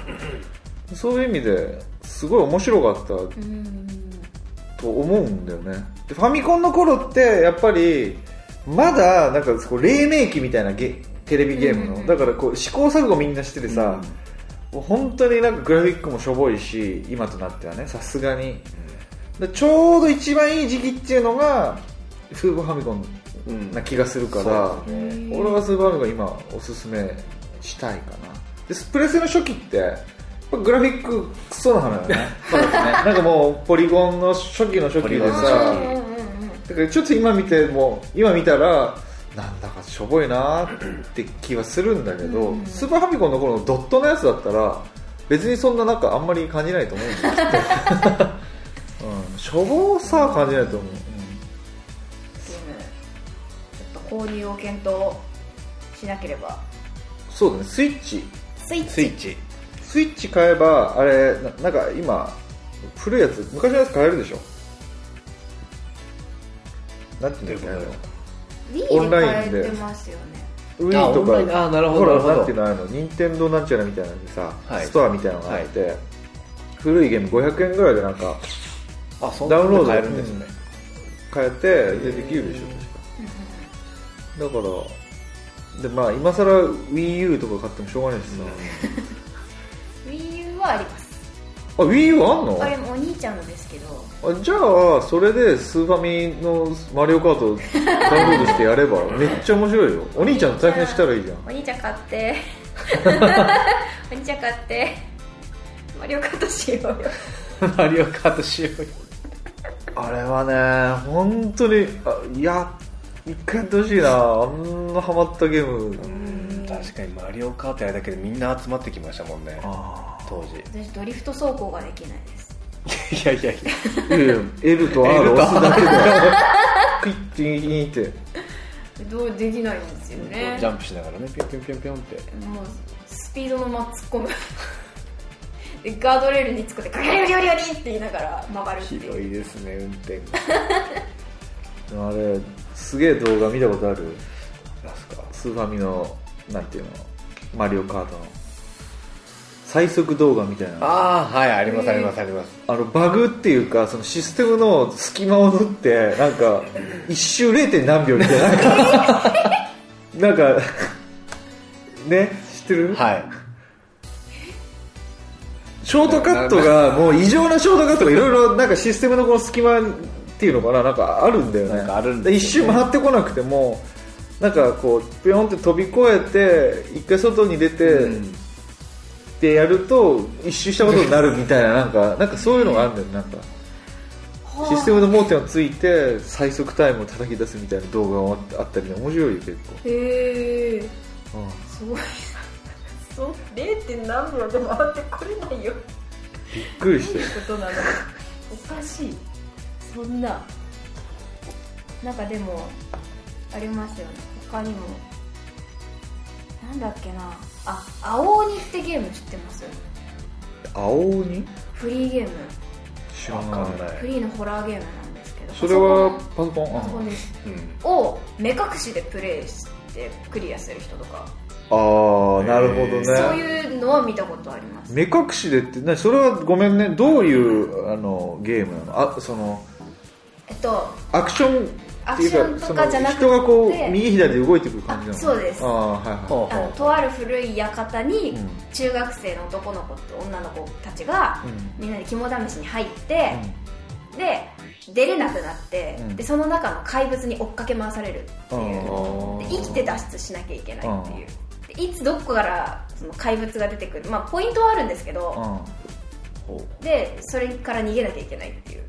Speaker 5: そういう意味ですごい面白かった
Speaker 2: うんうんうん
Speaker 5: と思うんだよねでファミコンの頃ってやっぱりまだなんかこう黎明期みたいなゲテレビゲーム
Speaker 2: うん
Speaker 5: の、
Speaker 2: うんうん
Speaker 5: だからこう試行錯誤みんなしててさ、もう本当になんかグラフィックもしょぼいし今となってはねさすがに、でちょうど一番いい時期っていうのがスーパーファミコン
Speaker 4: うん
Speaker 5: な気がするから、
Speaker 4: そうですね
Speaker 5: 俺はスーパーファミコン今おすすめしたいかなでプレステの初期ってやっぱグラフィッククソな のよねなんかもうポリゴンの初期の初期
Speaker 4: ポリゴ
Speaker 5: で
Speaker 4: ンの初期
Speaker 5: さ
Speaker 2: うんうんうん
Speaker 5: だからちょっと今見ても今見たらなんだかしょぼいなーって気はするんだけど、
Speaker 2: うん
Speaker 5: スーパーファミコンの頃のドットのやつだったら別にそんななんかあんまり感じないと思うん ですよ、きっとうん、しょぼさは感じないと思う、
Speaker 2: ゲームちょっと購入を検討しなければ
Speaker 5: そうだねスイッチ
Speaker 2: スイッチ
Speaker 4: スイッチ
Speaker 5: スイッチ買えばあれななんか今古いやつ昔のやつ買えるでしょなんていうんだろう
Speaker 2: Wii
Speaker 5: オンラインで
Speaker 2: で買えてますよね
Speaker 5: ウィーと
Speaker 4: あオンライン
Speaker 5: か
Speaker 4: あなるほど
Speaker 5: ら
Speaker 4: なるほど
Speaker 5: なんていうのあの任天堂なんちゃらみたいなのでさ、
Speaker 4: はい
Speaker 5: ストアみたいなのがあって、古いゲーム500円ぐらいでなんか
Speaker 4: あそ
Speaker 5: ダウンロード
Speaker 4: 買えるんですね、
Speaker 5: 買えてでできるでしょ確かだからでまあ今更 WiiU とか買ってもしょうがないしさ、
Speaker 2: Wii U はあります
Speaker 5: あ WiiU あんの
Speaker 2: あれもお兄ちゃんのですけど
Speaker 5: あじゃあそれでスーファミの「マリオカート」ダウンロードしてやれ ばめっちゃ面白いよお兄ちゃんと対戦したらいいじゃん
Speaker 2: お兄ちゃん買ってお兄ちゃん買ってマリオカートしようよ
Speaker 4: マリオカートしようよ
Speaker 5: あれはね本当にあいや一回やってほしいなあんなハマったゲーム
Speaker 4: 確かにマリオカートやるだけでみんな集まってきましたもんね
Speaker 5: あ
Speaker 4: 当時
Speaker 2: 私ドリフト走行ができないです
Speaker 4: いやいやいや
Speaker 5: あいやいや L と R 押すだけでク イッていって
Speaker 2: どうできないんですよね
Speaker 4: ジャンプしながらねピョンピョンピョンピョンって
Speaker 2: もうスピードのまま突っ込むでガードレールに突っ込んでガリガリガリガリって言いながら曲がるって
Speaker 4: ひど
Speaker 2: いう
Speaker 4: いですね運転が
Speaker 5: あれすげえ動画見たことある
Speaker 4: なんすか
Speaker 5: スーファミのなんていうのマリオカートの最速動画みたいな
Speaker 4: ああはいありますありますあります
Speaker 5: あのバグっていうかそのシステムの隙間を縫ってなんか一周 0. 点何秒み たいななんかなんかね知ってる、
Speaker 4: はい
Speaker 5: ショートカットがもう異常なショートカットがいろいろなんかシステムのこの隙間っていうのかななんかあるんだよね
Speaker 4: なんかあるんですよね
Speaker 5: 一周回ってこなくてもなんかこうピョンって飛び越えて一回外に出て、
Speaker 4: うん
Speaker 5: でやると一周したことになるみたいななんかなんかそういうのがあるんだよねなんか
Speaker 2: はあ
Speaker 5: システムの盲点をついて最速タイムを叩き出すみたいな動画があったりね面白いよ結
Speaker 2: へえ
Speaker 5: 構、
Speaker 2: すごいそう 0. 点何秒で回ってこれないよ
Speaker 5: びっくりして
Speaker 2: ことなのおかしいそんななんかでもありますよね他にもなんだっけなあ青鬼ってゲーム知ってます
Speaker 5: 青鬼
Speaker 2: フリーゲーム
Speaker 5: 知
Speaker 4: わかんな
Speaker 2: フ
Speaker 4: い
Speaker 2: リーのホラーゲームなんですけど
Speaker 5: それはパ
Speaker 2: パ
Speaker 5: ソコン
Speaker 2: ソコンパソコン
Speaker 5: あ
Speaker 2: です
Speaker 4: うん
Speaker 2: を目隠しでプレイしてクリアする人とか
Speaker 5: ああなるほどね、
Speaker 2: そういうのは見たことあります
Speaker 5: 目隠しでってなそれはごめんねどういうあのゲームなのあその
Speaker 2: えっと
Speaker 5: アクションっていうか
Speaker 2: アクションとかじゃなくて
Speaker 5: その人がこう右左で動いてくる感じなの
Speaker 2: あそうです
Speaker 5: ああはいは
Speaker 2: あのとある古い館に
Speaker 5: うん
Speaker 2: 中学生の男の子と女の子たちがみんなで肝試しに入って
Speaker 5: い、うん
Speaker 2: で出れなくなって、
Speaker 5: うん
Speaker 2: でその中の怪物に追っかけ回されるっていうで生きて脱出しなきゃいけないっていうでいつどこからその怪物が出てくるまあポイントはあるんですけどでそれから逃げなきゃいけないっていう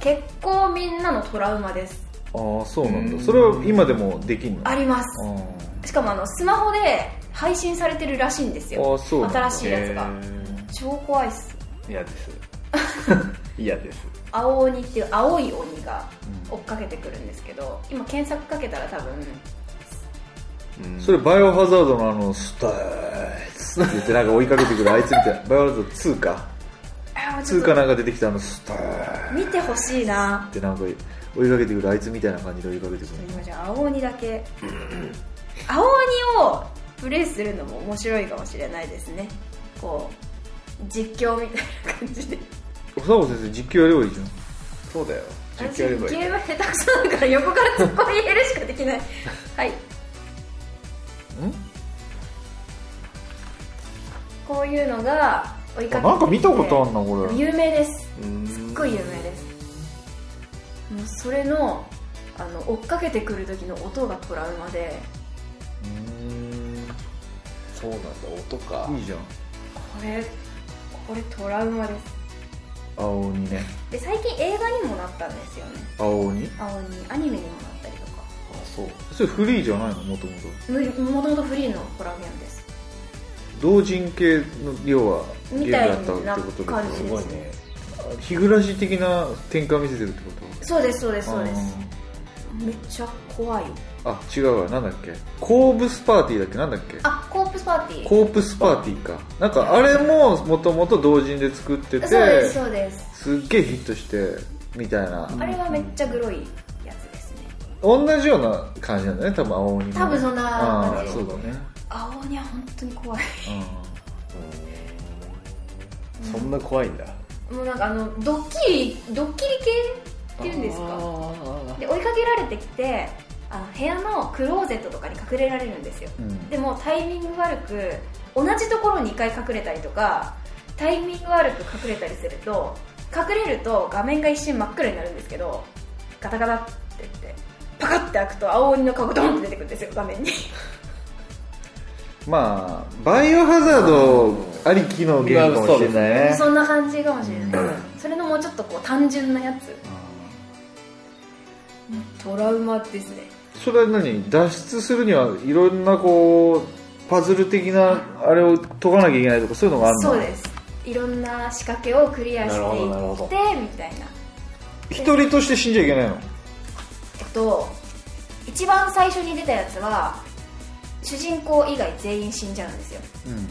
Speaker 2: 結構みんなのトラウマです
Speaker 5: ああそうなんだそれは今でもできんの
Speaker 2: あります
Speaker 5: あ
Speaker 2: しかもあのスマホで配信されてるらしいんですよ
Speaker 5: あそうなんだ
Speaker 2: 新しいやつが超怖いっす
Speaker 4: 嫌です 嫌です
Speaker 2: 青鬼っていう青い鬼が追っかけてくるんですけど今検索かけたら多分
Speaker 5: それバイオハザードのあのスターツって言ってなんか追いかけてくるあいつみたいなバイオハザード2か
Speaker 2: あーちょ
Speaker 5: 2
Speaker 2: っ
Speaker 5: か
Speaker 2: と
Speaker 5: なんか出てきたあのスターっ
Speaker 2: 見てほしいな
Speaker 5: てなんか追いかけてくるあいつみたいな感じで追いかけてくる
Speaker 2: 今じゃあ青鬼だけ青鬼をプレイするのも面白いかもしれないですねこう実況みたいな感じで
Speaker 5: 佐藤先生実況やればいいじゃん
Speaker 4: そうだよ
Speaker 2: 私
Speaker 4: 実
Speaker 2: ゲ
Speaker 4: 況やればいい
Speaker 2: ーム下手くそだから横から突っ込み入れるしかできない はいこういうのが追いかけてきて
Speaker 5: なんか見たことあんなこれ
Speaker 2: 有名です
Speaker 4: うん
Speaker 2: すっごい有名ですもうそれのあの追っかけてくる時の音がトラウマで
Speaker 4: そうなんだ音か
Speaker 5: いいじゃん
Speaker 2: これこれトラウマです
Speaker 5: 青鬼ね
Speaker 2: で最近映画にもなったんですよね
Speaker 5: 青鬼
Speaker 2: 青鬼アニメにもなったりとか
Speaker 4: あそう
Speaker 5: それフリーじゃないのもともと
Speaker 2: むもともとフリーのホラーゲームです
Speaker 5: 同人系の要はゲーム
Speaker 2: みた
Speaker 5: だ
Speaker 2: い
Speaker 5: ったっ
Speaker 2: な
Speaker 5: てことだ
Speaker 2: 感
Speaker 5: け
Speaker 2: じ
Speaker 5: ど
Speaker 4: すごいね
Speaker 5: 日暮らし的な転換見せてるってこ
Speaker 2: そうですそうで
Speaker 5: と
Speaker 2: すそうですめっちゃ怖い
Speaker 5: あーあ違うわなんだっけコーブスパーティーだっけなんだっけ
Speaker 2: あコープスパーティー
Speaker 5: コープスパーティーかなんかあれももともと同人で作ってて
Speaker 2: そうですそうです
Speaker 5: すっげえヒットしてみたいな
Speaker 2: あれはめっちゃグロいやつですね
Speaker 5: 同じような感じなんだね多分青鬼も
Speaker 2: 多分そんな
Speaker 5: あ
Speaker 2: 感
Speaker 5: あ
Speaker 2: じ
Speaker 5: そうだね
Speaker 2: 青鬼は本当に怖い
Speaker 4: そんな怖いんだ
Speaker 2: もうなんかあのドッキリドッキリ系っていうんですかで追いかけられてきてあの部屋のクローゼットとかに隠れられるんですよ、
Speaker 5: うん
Speaker 2: でもタイミング悪く同じところに1回隠れたりとかタイミング悪く隠れたりすると隠れると画面が一瞬真っ暗になるんですけどガタガタって言ってパカッて開くと青鬼の顔がドンって出てくるんですよ画面に
Speaker 5: まあバイオハザードありきのゲームかもしれないね
Speaker 2: そんな感じかもしれないそれのもうちょっとこう単純なやつトラウマですね
Speaker 5: それは何脱出するにはいろんなこうパズル的なあれを解かなきゃいけないとかそういうのがあるの
Speaker 2: そうですいろんな仕掛けをクリアして
Speaker 4: なるほどないるほ
Speaker 2: っ
Speaker 4: ど
Speaker 2: てみたいな
Speaker 5: 一人として死んじゃいけないの
Speaker 2: えっと一番最初に出たやつは主人公以外全員死んじゃうんですよ、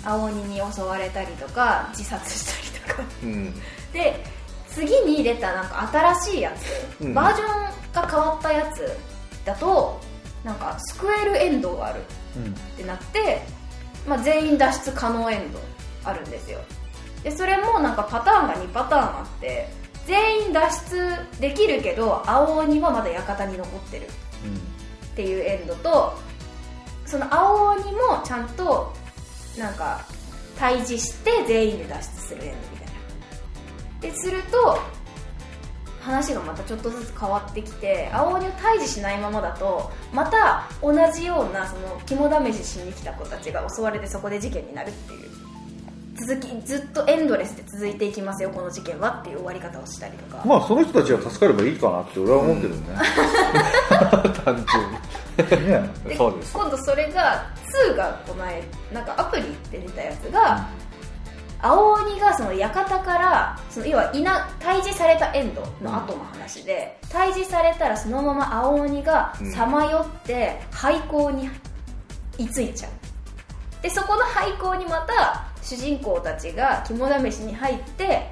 Speaker 2: 青鬼に襲われたりとか自殺したりとか
Speaker 4: うん
Speaker 2: で次に出たなんか新しいやつ、
Speaker 4: うん
Speaker 2: バージョンが変わったやつだとなんか救えるエンドがあるってなって、まあ、全員脱出可能エンドあるんですよでそれもなんかパターンが2パターンあって全員脱出できるけど青鬼はまだ館に残ってるっていうエンドとその青鬼もちゃんとなんか退治して全員で脱出するエンドみたいなですると話がまたちょっとずつ変わってきて青鬼を退治しないままだとまた同じようなその肝試ししに来た子たちが襲われてそこで事件になるっていう続きずっとエンドレスで続いていきますよこの事件はっていう終わり方をしたりとか
Speaker 5: まあその人たちが助かればいいかなって俺は思うけどね、
Speaker 4: 単
Speaker 5: ね
Speaker 4: 純そうです
Speaker 2: 今度それが2がこの前なんかアプリって出たやつが、青鬼がその館からその要はいな退治されたエンドの後の話で、退治されたらそのまま青鬼がさまよって廃校に居ついちゃうでそこの廃校にまた主人公たちが肝試しに入って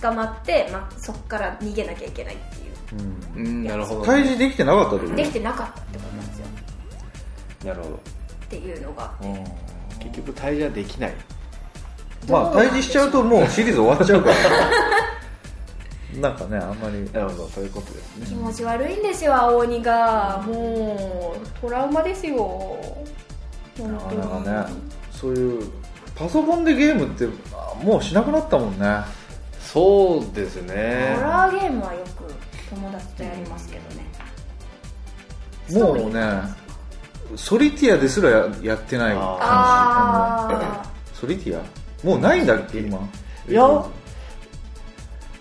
Speaker 2: 捕まって、ま、そこから逃げなきゃいけないっていう
Speaker 4: うんなるほどね
Speaker 5: 退治できてなかったってこと
Speaker 2: できてなかったってことなんですよ
Speaker 4: なるほど
Speaker 2: っていうのが
Speaker 5: うん
Speaker 4: 結局退治はできない
Speaker 5: まあ退治しちゃうともうシリーズ終わっちゃうからなんかねあんまり
Speaker 4: なるほどそういうことですね
Speaker 2: 気持ち悪いんですよ青鬼がもうトラウマですよ本当
Speaker 5: なか
Speaker 2: に
Speaker 5: なかねそういうパソコンでゲームってあもうしなくなったもんね
Speaker 4: そうですね
Speaker 2: ホラーゲームはよく友達とやりますけどね
Speaker 5: もうねソリティアですらややってない感
Speaker 2: ああ
Speaker 5: じソリティアもうないんだっけ今
Speaker 4: いや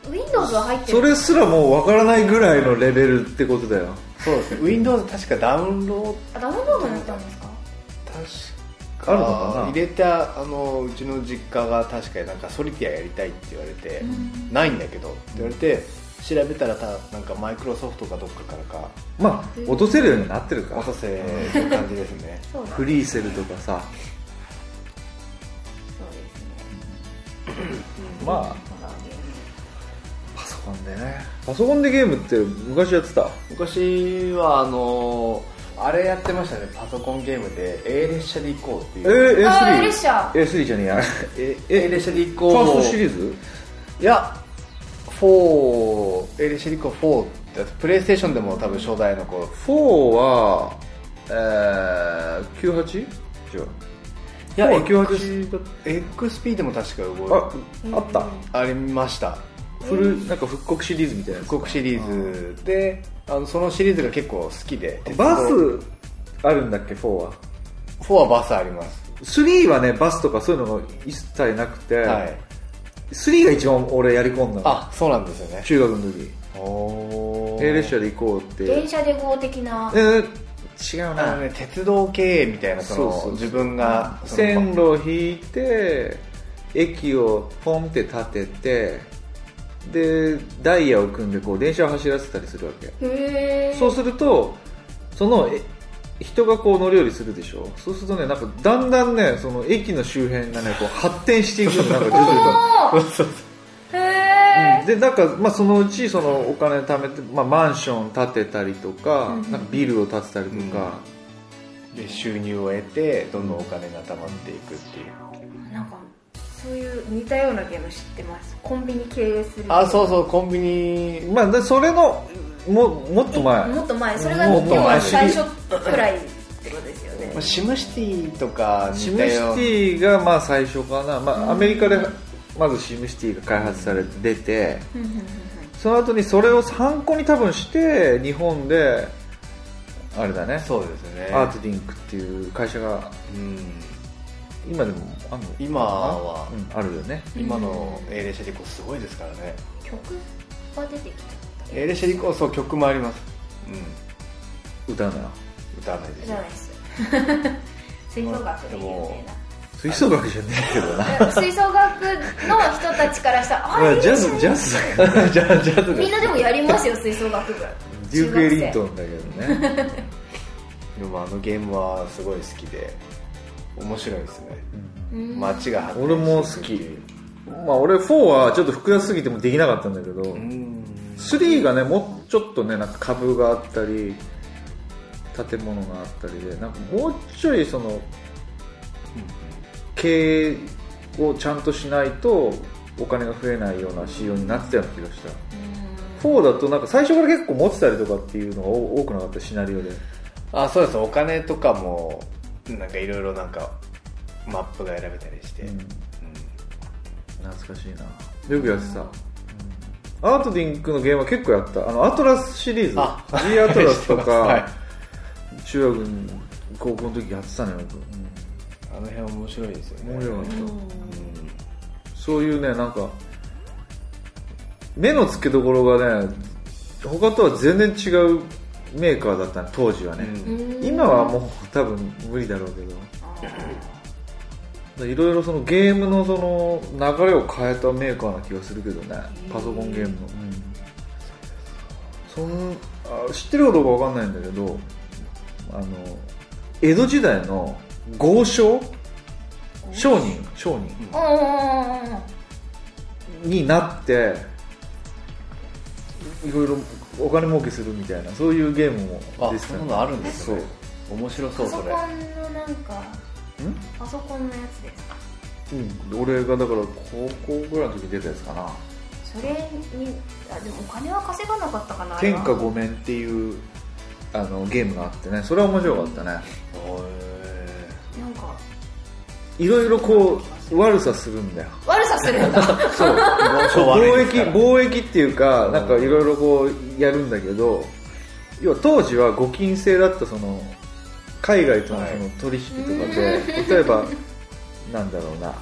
Speaker 2: Windows は入ってる
Speaker 5: それすらもうわからないぐらいのレベルってことだよ
Speaker 4: そうですね Windows 確かダウンロード
Speaker 2: あダウンロードになったんですか
Speaker 4: 確
Speaker 5: あるのかな
Speaker 4: 入れたあのうちの実家が確かになんかソリティアやりたいって言われて、
Speaker 2: ん
Speaker 4: ないんだけどって言われて調べたらたなんかマイクロソフトかどっかからか
Speaker 5: まあ落とせるようになってるか
Speaker 4: お
Speaker 5: ら
Speaker 4: させっていう感じです ね
Speaker 2: そうだ
Speaker 5: フリーセルとかさ
Speaker 2: そうですね
Speaker 5: まあ
Speaker 2: ホラーゲーム
Speaker 5: パソコンでねパソコンでゲームって昔やってた
Speaker 4: 昔はあのあれやってましたねパソコンゲームで A 列車で行こうって
Speaker 5: え
Speaker 4: いう、
Speaker 5: ー
Speaker 2: あー
Speaker 5: A3
Speaker 2: 列車
Speaker 5: A3 じゃねえや
Speaker 4: え A 列車で行
Speaker 5: ファース
Speaker 4: こ
Speaker 5: ト
Speaker 4: う
Speaker 5: シリーズ
Speaker 4: いや4 A 列車で行こう4ってやつプレイステーションでも多分初代の頃
Speaker 5: 4は、えー、98? 違
Speaker 4: い
Speaker 5: う
Speaker 4: や
Speaker 5: そう98
Speaker 4: X- XP でも確か動い
Speaker 5: ああった、
Speaker 4: ありました
Speaker 5: フルなんか復刻シリーズみたいなやつ
Speaker 4: 復刻シリーズであのそのシリーズが結構好きで
Speaker 5: バス
Speaker 4: 鉄道
Speaker 5: あるんだっけ4は
Speaker 4: 4はバスあります
Speaker 5: 3はねバスとかそういうのが一切なくて、
Speaker 4: はい
Speaker 5: 3が一番俺やり込んだの
Speaker 4: あそうなんですよね
Speaker 5: 中学の時
Speaker 4: お
Speaker 5: A 列車で行こうって
Speaker 2: 電車で合的な
Speaker 5: えー、違う
Speaker 4: あ
Speaker 5: な
Speaker 4: のね鉄道経営みたいなその
Speaker 5: そうそうそう
Speaker 4: 自分がその
Speaker 5: 線路を引いて駅をポンって立ててでダイヤを組んでこう電車を走らせたりするわけ
Speaker 2: へえ
Speaker 5: そうするとそのえ人がこう乗り降りするでしょそうするとねなんかだんだんねその駅の周辺がねこう発展していくのなんか徐々
Speaker 2: へえ
Speaker 5: にうんでなんか、まあ、そのうちそのお金貯めて、まあ、マンション建てたりとか,、なんかビルを建てたりとか、
Speaker 4: で収入を得てどんどんお金が貯まっていくっていう
Speaker 2: なんかそういう似たようなゲーム知ってますコンビニ経営する
Speaker 4: あそうそうコンビニ
Speaker 5: まあ、でそれのももっと前
Speaker 2: もっと前それが
Speaker 5: もっと前
Speaker 2: 要は最初くらいってことですよね
Speaker 4: まあシムシティとか
Speaker 5: シ
Speaker 4: 似
Speaker 5: ム
Speaker 4: た
Speaker 5: シテ
Speaker 4: よう
Speaker 5: ィがまあ最初かな、まあ、アメリカでまずシムシティが開発されて出て
Speaker 2: うんうんうんうん
Speaker 5: その後にそれを参考に多分して日本であれだね
Speaker 4: そうですね
Speaker 5: アートディンクっていう会社が
Speaker 4: うん
Speaker 5: 今でもあるの
Speaker 4: 今は
Speaker 5: うんあるよね
Speaker 4: 今の A 列車で行こうすごいですからね
Speaker 2: 曲が出てきちゃった
Speaker 4: A 列車で行こうそう曲もありますうん
Speaker 5: 歌の
Speaker 4: 歌わないです
Speaker 2: じゃないです吹奏楽で有名な
Speaker 5: 吹奏楽じゃねえけどな
Speaker 2: 吹奏楽の人たちからしたら
Speaker 5: ま
Speaker 2: あい
Speaker 5: あ
Speaker 2: い
Speaker 5: ジャ
Speaker 2: です
Speaker 5: ズ
Speaker 2: ね
Speaker 5: ジャズだからジャジャズ
Speaker 2: みんなでもやりますよ吹奏楽部
Speaker 5: デューク・エリン
Speaker 2: 中
Speaker 5: ト
Speaker 2: 学
Speaker 5: ンだけどね
Speaker 4: でもあのゲームはすごい好きで面白いですね
Speaker 2: 生うん
Speaker 4: 街が発展
Speaker 5: 俺も好
Speaker 4: して
Speaker 5: き
Speaker 4: いくっていう
Speaker 5: まあ俺4はちょっと複雑すぎてもできなかったんだけど、
Speaker 4: うん
Speaker 5: 3がねもうちょっとねなんか株があったり建物があったりでなんかもうちょいその経営をちゃんとしないとお金が増えないような仕様になってたような気がした4だとなんか最初から結構持ってたりとかっていうのが多多くなかったシナリオで
Speaker 4: あそうですお金とかもなんかいろいろなんかマップが選べたりして、
Speaker 5: う
Speaker 4: うんん
Speaker 5: 懐かしいなよくやってた、アートディンクのゲームは結構やったあのアトラスシリーズ
Speaker 4: あ
Speaker 5: G アトラスと か、
Speaker 4: はい
Speaker 5: 中学の高校の時やってたのよ、僕
Speaker 4: あの辺面白いですよね
Speaker 5: 面白かっ
Speaker 4: う
Speaker 5: た、
Speaker 4: ん
Speaker 5: そういうねなんか目の付けどころがね他とは全然違うメーカーだったね当時はね、今はもう多分無理だろうけどいろいろそのゲームのその流れを変えたメーカーな気がするけどねパソコンゲームの、そんあ知ってるかどうかわかんないんだけどあの江戸時代の豪商商人商人
Speaker 2: うんうんうんうん
Speaker 5: になっていろいろお金儲けするみたいなそういうゲームも
Speaker 4: あ
Speaker 5: 出て
Speaker 4: そ
Speaker 5: た
Speaker 4: んな
Speaker 5: の
Speaker 4: のあるんですね面白そ
Speaker 2: パ
Speaker 4: う
Speaker 2: ソ
Speaker 4: そ
Speaker 2: コン
Speaker 4: れ
Speaker 2: のなんかパソコンのやつですか
Speaker 5: うん、俺がだから高校ぐらいの時に出たやつかな
Speaker 2: それにあでもお金は稼がなかったかな
Speaker 5: 「
Speaker 2: あれ
Speaker 5: 天
Speaker 2: は
Speaker 5: 下御免」っていうあのゲームがあってねそれは面白かったね
Speaker 2: なんか
Speaker 5: いろいろこう悪さするんだよ
Speaker 2: 悪さするんだ
Speaker 5: そう 貿易貿易っていうかなんかいろいろこうやるんだけど要は当時は互金制だったその海外とのその取引とかで、例えばなんだろうな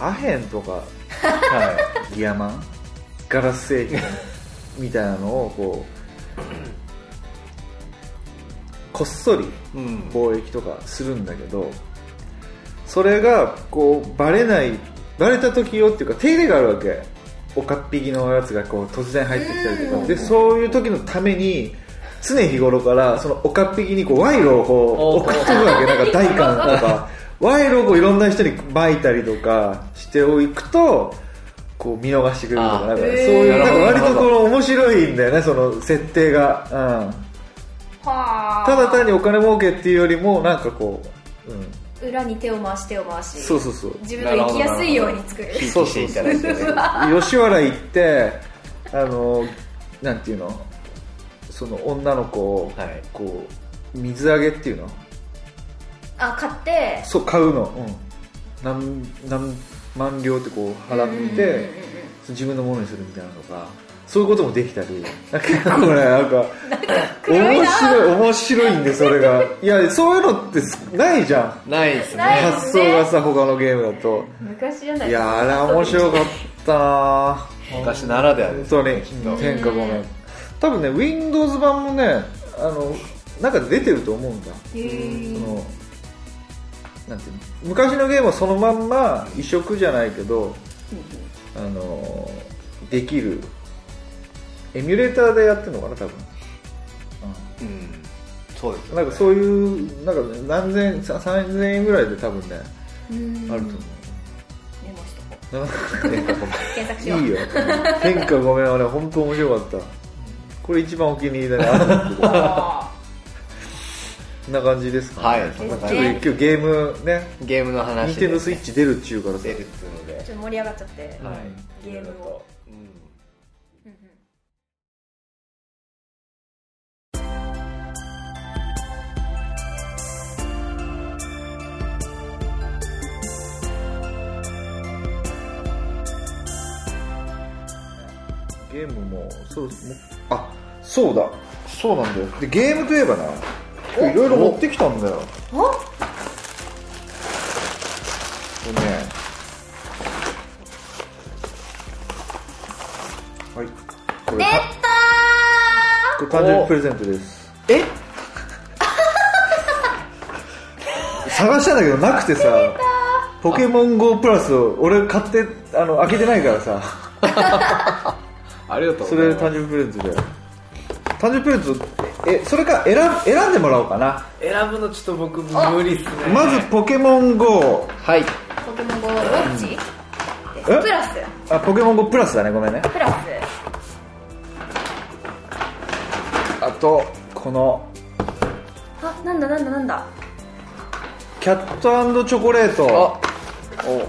Speaker 5: アヘンとか、はい、ギアマンガラス製品みたいなのをこうこっそり
Speaker 4: うん
Speaker 5: 貿易とかするんだけどそれがこうバレないバレた時よっていうか手入れがあるわけおかっぴきのやつがこう突然入ってきたりとかでそういう時のために常日頃からそのおかっぴきにこう賄賂をこう送っとくわけなんか代官と か賄賂をこういろんな人にまいたりとかしておくとこう見逃してくれるとかなんかそういうなんか割とこの面白いんだよねその設定が、うん、
Speaker 2: はあ
Speaker 5: ただ単にお金儲けっていうよりもなんかこう、うん、
Speaker 2: 裏に手を回し手を回し
Speaker 5: そうそうそう
Speaker 2: 自分の生きやすいように作る
Speaker 4: ひい
Speaker 5: そう
Speaker 4: き
Speaker 5: そう
Speaker 4: し
Speaker 5: そう
Speaker 4: ていただいてね
Speaker 5: 吉原行ってあのなんていうのその女の子を、
Speaker 4: はい
Speaker 5: こう水揚げっていうの
Speaker 2: あ買って
Speaker 5: そう買うの、うん、何何万両ってこう払って、
Speaker 2: うんうんうんうん
Speaker 5: 自分のものにするみたいなのとかそういうこともできたりなんか結構ねなんか
Speaker 2: 暗い
Speaker 5: 面
Speaker 2: な
Speaker 5: 白い面白いんでそれがいやそういうのってないじゃん
Speaker 4: ないですね
Speaker 2: ない
Speaker 5: 発想がさ他のゲームだと
Speaker 2: 昔じゃないい
Speaker 5: やあれは面白かったな
Speaker 4: 昔ならではで
Speaker 5: 本
Speaker 4: す
Speaker 5: 当に天下ごめん多分ね Windows 版もねあのなんか出てると思うんだ
Speaker 2: へ
Speaker 5: そ
Speaker 2: ー
Speaker 5: のなんていうの昔のゲームはそのまんま移植じゃないけどあのできるエミュレーターでやってるのかな多分、
Speaker 4: うんそうです
Speaker 5: う
Speaker 4: よ
Speaker 5: ん、
Speaker 4: ね
Speaker 5: なんかそういうなんか、ね、何千さ3000円ぐらいで多分ね
Speaker 2: うん
Speaker 5: あると思う
Speaker 2: メモしとこう
Speaker 5: なんか
Speaker 2: 検索し
Speaker 5: いい
Speaker 2: よう
Speaker 5: よ天下ごめんあれ本当面白かったこれ一番お気に入りだなこ
Speaker 2: あ
Speaker 5: んな感じですか、
Speaker 4: はい
Speaker 5: ち
Speaker 4: そ
Speaker 5: ょ
Speaker 4: んな
Speaker 5: っ
Speaker 4: 感
Speaker 5: と
Speaker 4: じ
Speaker 5: 今日ゲームね
Speaker 4: ゲームの話
Speaker 5: 任天堂スイッチ出るっちゅうからさ
Speaker 4: 出るっていうので
Speaker 2: ーちょっと盛り上がっちゃって
Speaker 4: はい
Speaker 2: ゲームを
Speaker 4: うん
Speaker 2: うんうん
Speaker 5: ゲームもそうですもあそうだそうなんだよでゲームといえばな今日いろいろ持ってきたんだよ
Speaker 2: お
Speaker 5: これねはいこれ
Speaker 2: 出
Speaker 5: た
Speaker 2: た
Speaker 5: これ誕生日プレゼントです
Speaker 4: え
Speaker 5: 探したんだけどなくてさポケモン GO プラスを俺買ってあの開けてないからさ
Speaker 4: ありがとう
Speaker 5: それ誕生日プレゼントだよ誕生日プレゼントえそれか選ん選んでもらおうかな
Speaker 4: 選ぶのちょっと僕無理っすね
Speaker 5: まずポケモン GO
Speaker 4: はい
Speaker 2: ーポケモン GO ウォッチプ
Speaker 5: え
Speaker 2: ラス
Speaker 5: あポケモン GO プラスだねごめんね
Speaker 2: プラス
Speaker 5: あとこの
Speaker 2: あなんだなんだなんだ
Speaker 5: キャットチョコレート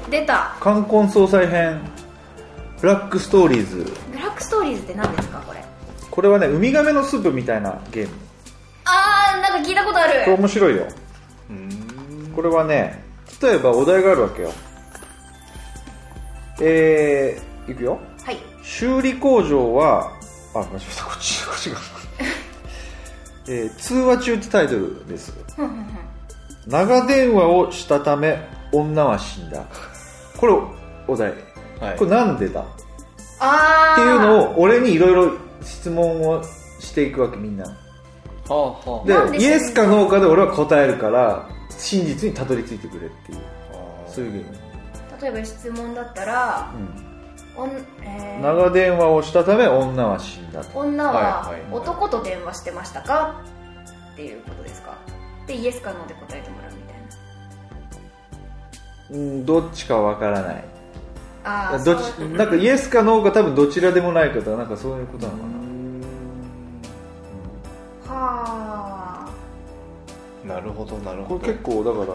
Speaker 2: 出た
Speaker 5: 冠婚葬祭編ブラックストーリーズ
Speaker 2: ブラックストーリーズって何ですかこれ
Speaker 5: これはねウミガメのスープみたいなゲーム
Speaker 2: あーなんか聞いたことあ
Speaker 5: これ
Speaker 2: る
Speaker 5: 面白いよこれはね例えばお題があるわけよえー、いくよ
Speaker 2: はい
Speaker 5: 修理工場はあ間違えたこっちこっちが、えー通話中ってタイトルです長電話をしたため女は死んだこれお題、
Speaker 4: はい
Speaker 5: これなんでだっ
Speaker 2: あ
Speaker 5: て
Speaker 2: ー
Speaker 5: いうのを俺にいろいろ質問をしていくわけみんな
Speaker 4: はあは
Speaker 5: で
Speaker 2: なんで死んだ
Speaker 5: イエスかノーかで俺は答えるから真実にたどり着いてくれっていうそういうゲーム、
Speaker 2: 例えば質問だったらおん、えー
Speaker 5: 長電話をしたため女は死んだと
Speaker 2: 女
Speaker 4: は
Speaker 2: はい
Speaker 4: はい
Speaker 2: 男と電話してましたかっていうことですかでイエスかノーで答えてもらうみたい
Speaker 5: うんどっちかわからない
Speaker 2: なあー
Speaker 5: どっち
Speaker 2: そう
Speaker 5: なんかイエスかノーか多分どちらでもない方なんかそういうことなのかな
Speaker 2: はあ
Speaker 4: うなるほどなる
Speaker 5: こ
Speaker 4: ほ
Speaker 5: れ
Speaker 4: ど
Speaker 5: 結構だから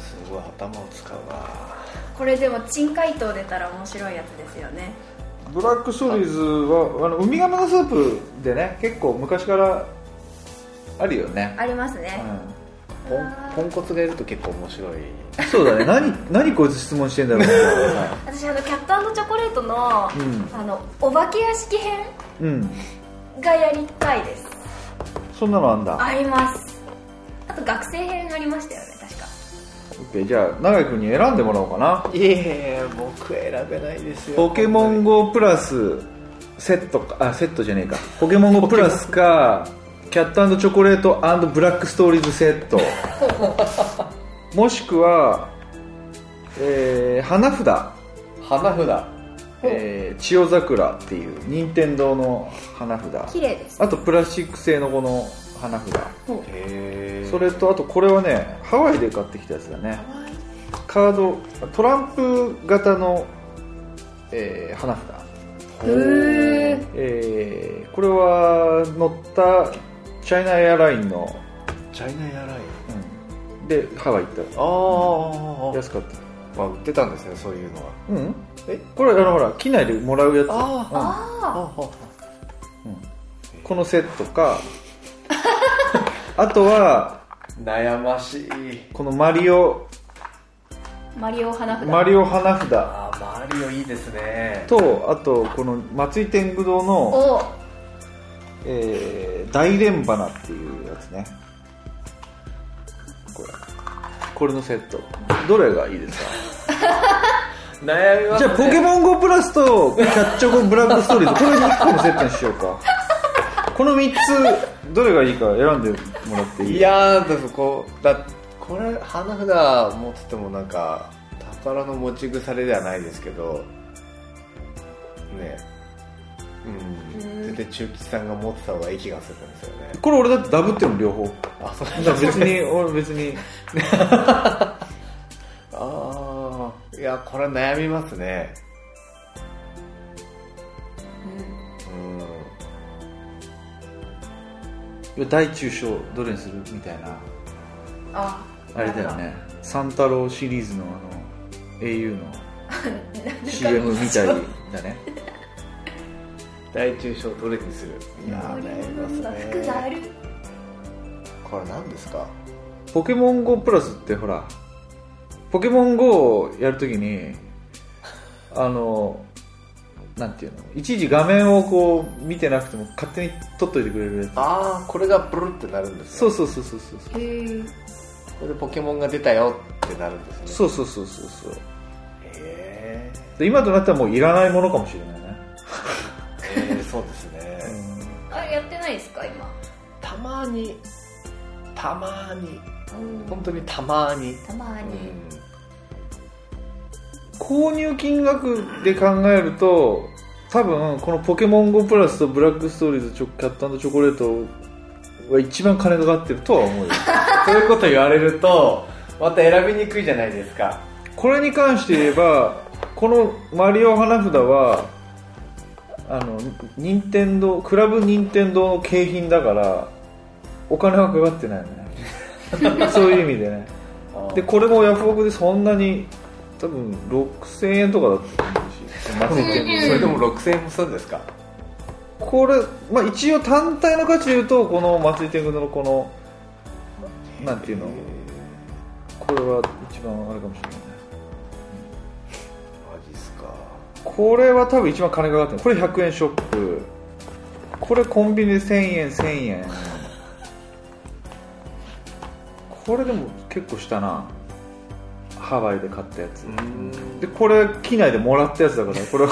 Speaker 4: すごい頭を使うな
Speaker 2: これでも珍解答出たら面白いやつですよね
Speaker 5: ブラックストーリーズはあのウミガメのスープでね結構昔からあるよね、
Speaker 2: ありますね、
Speaker 4: ポンポンコツがいると結構面白い
Speaker 5: うん、そうだね何何こいつ質問してんだろうな
Speaker 2: 私あのキャットチョコレートの,、
Speaker 5: うん
Speaker 2: あのお化け屋敷編
Speaker 5: うん
Speaker 2: がやりたいです
Speaker 5: そんなのあんだ
Speaker 2: ありますあと学生編ありましたよね確か
Speaker 5: オッケーじゃあ永井君に選んでもらおうかない
Speaker 4: えいえ僕選べないですよ
Speaker 5: ポケモン GO プラスセットかあセットじゃねえかポケモン GO プラスかキャットチョコレートブラックストーリーズセットもしくは、えー花札、
Speaker 4: 花札
Speaker 5: えー千代桜っていう任天堂の花
Speaker 2: 綺
Speaker 5: 札
Speaker 2: 麗です
Speaker 5: あとプラスチック製のこの花札
Speaker 4: へえ
Speaker 5: それとあとこれはねハワイで買ってきたやつだねカードトランプ型の、えー花札
Speaker 2: へえ
Speaker 5: えーこれは乗ったチャイナエアラインの、
Speaker 4: チャイナエアライン
Speaker 5: うんでハワイ行っ
Speaker 4: ああ
Speaker 5: た安かった
Speaker 4: まあ売ってたんですねそういうのは
Speaker 5: うん
Speaker 4: え
Speaker 5: これあのほら機内でもらうやつ
Speaker 4: あ
Speaker 2: あ
Speaker 4: ああ
Speaker 5: このセットか あとは
Speaker 4: 悩ましい
Speaker 5: このマリオ
Speaker 2: あマリオ花札
Speaker 5: マリオ花札
Speaker 4: ああマリオいいですね
Speaker 5: とあとこの松井天狗堂の、
Speaker 2: お
Speaker 5: えー大連花っていうやつねこれこれのセットどれがいいですか
Speaker 4: 悩みま
Speaker 5: じ
Speaker 4: す
Speaker 5: ゃあポケモン GO プラスとキャッチョコブラックストーリーズこれ3個のセットにしよ うかこの3つどれがいいか選んでもらっていい
Speaker 4: いやーでもこうだこれ花札持っててもなんか宝の持ち腐れではないですけどねうん
Speaker 2: うん
Speaker 4: 絶対中吉さんが持ってた方がいい気がするんですよね
Speaker 5: これ俺だってダブってるの両方
Speaker 4: あそ
Speaker 5: だから別 に俺別に
Speaker 4: ああいやこれ悩みますねうん
Speaker 5: いや大中小どれにするみたいな
Speaker 2: あ
Speaker 5: あれだよねサンタロウシリーズのあ の au の CM みたいだね
Speaker 4: 大中小どれにするいやー
Speaker 2: 森
Speaker 4: 悩み
Speaker 2: の女
Speaker 4: ます
Speaker 2: 服があ
Speaker 4: ね
Speaker 2: る
Speaker 4: これ何ですか
Speaker 5: ポケモン GO プラスってほらポケモン GO をやるときにあのなんていうのいちいち画面をこう見てなくても勝手に撮っといてくれるや
Speaker 4: ああこれがブルってなるんで
Speaker 5: つ
Speaker 4: す
Speaker 5: そ
Speaker 4: ね
Speaker 5: うそうそうそうそう
Speaker 2: へえ
Speaker 4: これでポケモンが出たよってなるんですね
Speaker 5: そうそうそうそうそう
Speaker 4: へー
Speaker 5: で今となってはもういらないものかもしれないね、
Speaker 4: えー、そうですね、
Speaker 2: あれやってないですか今
Speaker 4: たまにたまに本当にたまに、
Speaker 2: たまに
Speaker 5: 購入金額で考えると多分このポケモン GO プラスとブラックストーリーズチョキャットチョコレートは一番金がかかってるとは思うよ
Speaker 4: そういうこと言われるとまた選びにくいじゃないですか
Speaker 5: これに関して言えばこの「マリオ花札は」あの任天堂クラブ任天堂の景品だからお金はかかってないのね そういう意味でねで
Speaker 4: で
Speaker 5: これもヤフオクでそんなに多分6000円とかだったと思うし松井
Speaker 4: そ
Speaker 5: 店
Speaker 4: れでも6000円もするんですか
Speaker 5: これ、まあ、一応単体の価値で言うとこの松井天狗のこのなんていうのこれは一番あれかもしれないね
Speaker 4: マジっすか
Speaker 5: これは多分一番金がかかってるこれ100円ショップこれコンビニで1000円1000円これでも結構したなハワイで買ったやつ
Speaker 4: うん
Speaker 5: でこれ機内でもらったやつだからこれは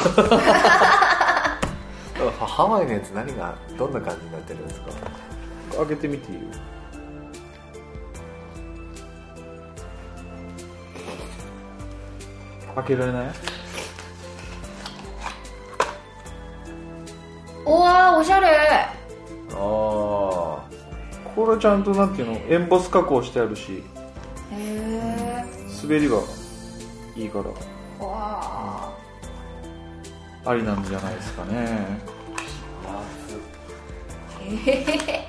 Speaker 4: ハワイのやつ何がどんな感じになってるんですか
Speaker 5: 開けてみていいよ開けられない
Speaker 2: おわーおしゃれ
Speaker 4: あ
Speaker 5: これちゃんとなんていうのエンボス加工してあるし
Speaker 2: へえ
Speaker 5: 滑りがいいから
Speaker 2: わ
Speaker 5: ありなんじゃないですか ね
Speaker 2: ーへえ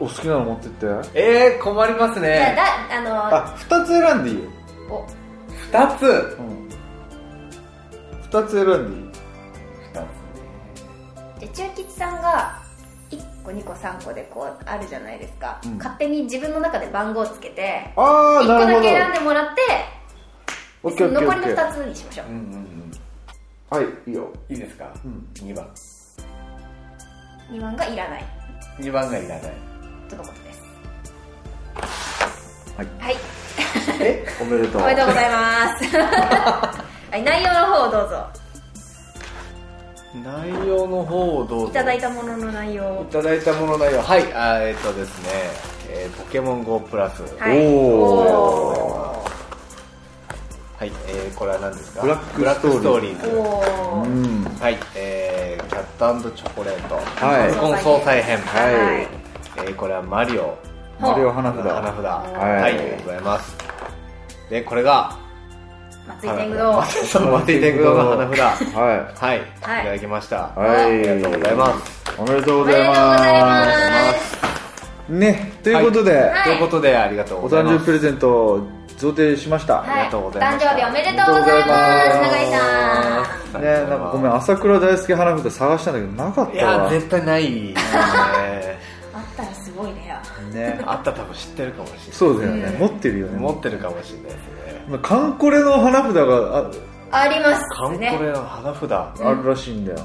Speaker 5: お好きなの持ってって
Speaker 4: えー、困りま
Speaker 2: じゃあ
Speaker 4: すね
Speaker 2: だあの
Speaker 5: あ二2つ選んでいいよ、
Speaker 2: お
Speaker 4: 2つ
Speaker 5: うん、2つ選んでいい
Speaker 2: じゃあ中吉さんが1個2個3個でこうあるじゃないですか、
Speaker 5: うん
Speaker 2: 勝手に自分の中で番号をつけて
Speaker 5: あ
Speaker 2: 1
Speaker 5: あ
Speaker 2: 個
Speaker 5: なる
Speaker 2: だ
Speaker 5: ほ
Speaker 2: け選ん
Speaker 5: ど
Speaker 2: でもらって
Speaker 5: オッケーオッケーオ
Speaker 2: 残りの
Speaker 5: ッケー
Speaker 2: 2つにしましょう、
Speaker 4: うんうん
Speaker 5: はいいいよ
Speaker 4: うんいいですか、
Speaker 5: うん
Speaker 4: 2番
Speaker 2: 2番がいらない
Speaker 4: 2番がいらない
Speaker 2: とのことです
Speaker 5: はい
Speaker 2: はい、
Speaker 4: え
Speaker 5: おめでとう
Speaker 2: おめでとうございます はい内容の方をどうぞ
Speaker 4: 内容の方をどうぞ
Speaker 2: いただいたものの内容
Speaker 4: い
Speaker 2: を
Speaker 4: ただいたもの内容はいあーえっ、とですね、えーポケモン GO プラスはい、
Speaker 2: はい
Speaker 5: おー
Speaker 2: お
Speaker 4: えーこれは何ですか
Speaker 5: ブラック
Speaker 4: ブラックス
Speaker 5: スト
Speaker 4: トー
Speaker 5: ー
Speaker 4: リ
Speaker 5: リ
Speaker 4: ー
Speaker 5: ー
Speaker 2: ー
Speaker 4: ズ
Speaker 2: おー
Speaker 5: うん
Speaker 4: はいえー、キャットチョコレート
Speaker 5: はい
Speaker 4: コン総裁編
Speaker 2: はい
Speaker 4: えーこれはマリオ
Speaker 5: マリオ
Speaker 4: 花
Speaker 5: 花
Speaker 4: 札
Speaker 5: 札
Speaker 4: 花札
Speaker 5: い
Speaker 4: はい、ありがとうございますでこれが
Speaker 2: 松井天狗堂
Speaker 4: そのマティテクドの花札
Speaker 5: は
Speaker 4: はい、
Speaker 2: はい
Speaker 4: い、ただきました、
Speaker 5: いはい
Speaker 4: ありがとうございます、
Speaker 5: おめでとう
Speaker 2: お
Speaker 5: ご
Speaker 2: めでとう
Speaker 5: ざい
Speaker 2: ございま
Speaker 5: ますねということで、
Speaker 2: はい
Speaker 4: ということでありがとう
Speaker 5: お
Speaker 4: ござい
Speaker 5: 誕
Speaker 4: ます
Speaker 5: 生日プレゼントを贈呈しました、
Speaker 2: はい
Speaker 4: ありがとうございま
Speaker 2: 誕
Speaker 4: した
Speaker 2: 生日おめでとうございます
Speaker 5: おめ
Speaker 2: 永
Speaker 5: で
Speaker 2: 井さん
Speaker 5: ねなんかごめん朝倉大輔花札探したんだけどなかっ
Speaker 4: い
Speaker 5: た
Speaker 4: や
Speaker 5: わ
Speaker 4: 絶対ないね
Speaker 2: あったらすごいね
Speaker 5: ね
Speaker 4: あったら多分知ってるかもしれない
Speaker 5: そうだよね、
Speaker 2: うん
Speaker 5: 持ってるよね
Speaker 4: 持ってるかもしれないですね
Speaker 5: まあカンコレの花札があ
Speaker 2: あります
Speaker 4: カンコ
Speaker 2: ね
Speaker 4: レの花札、
Speaker 5: あるらしいんだよ、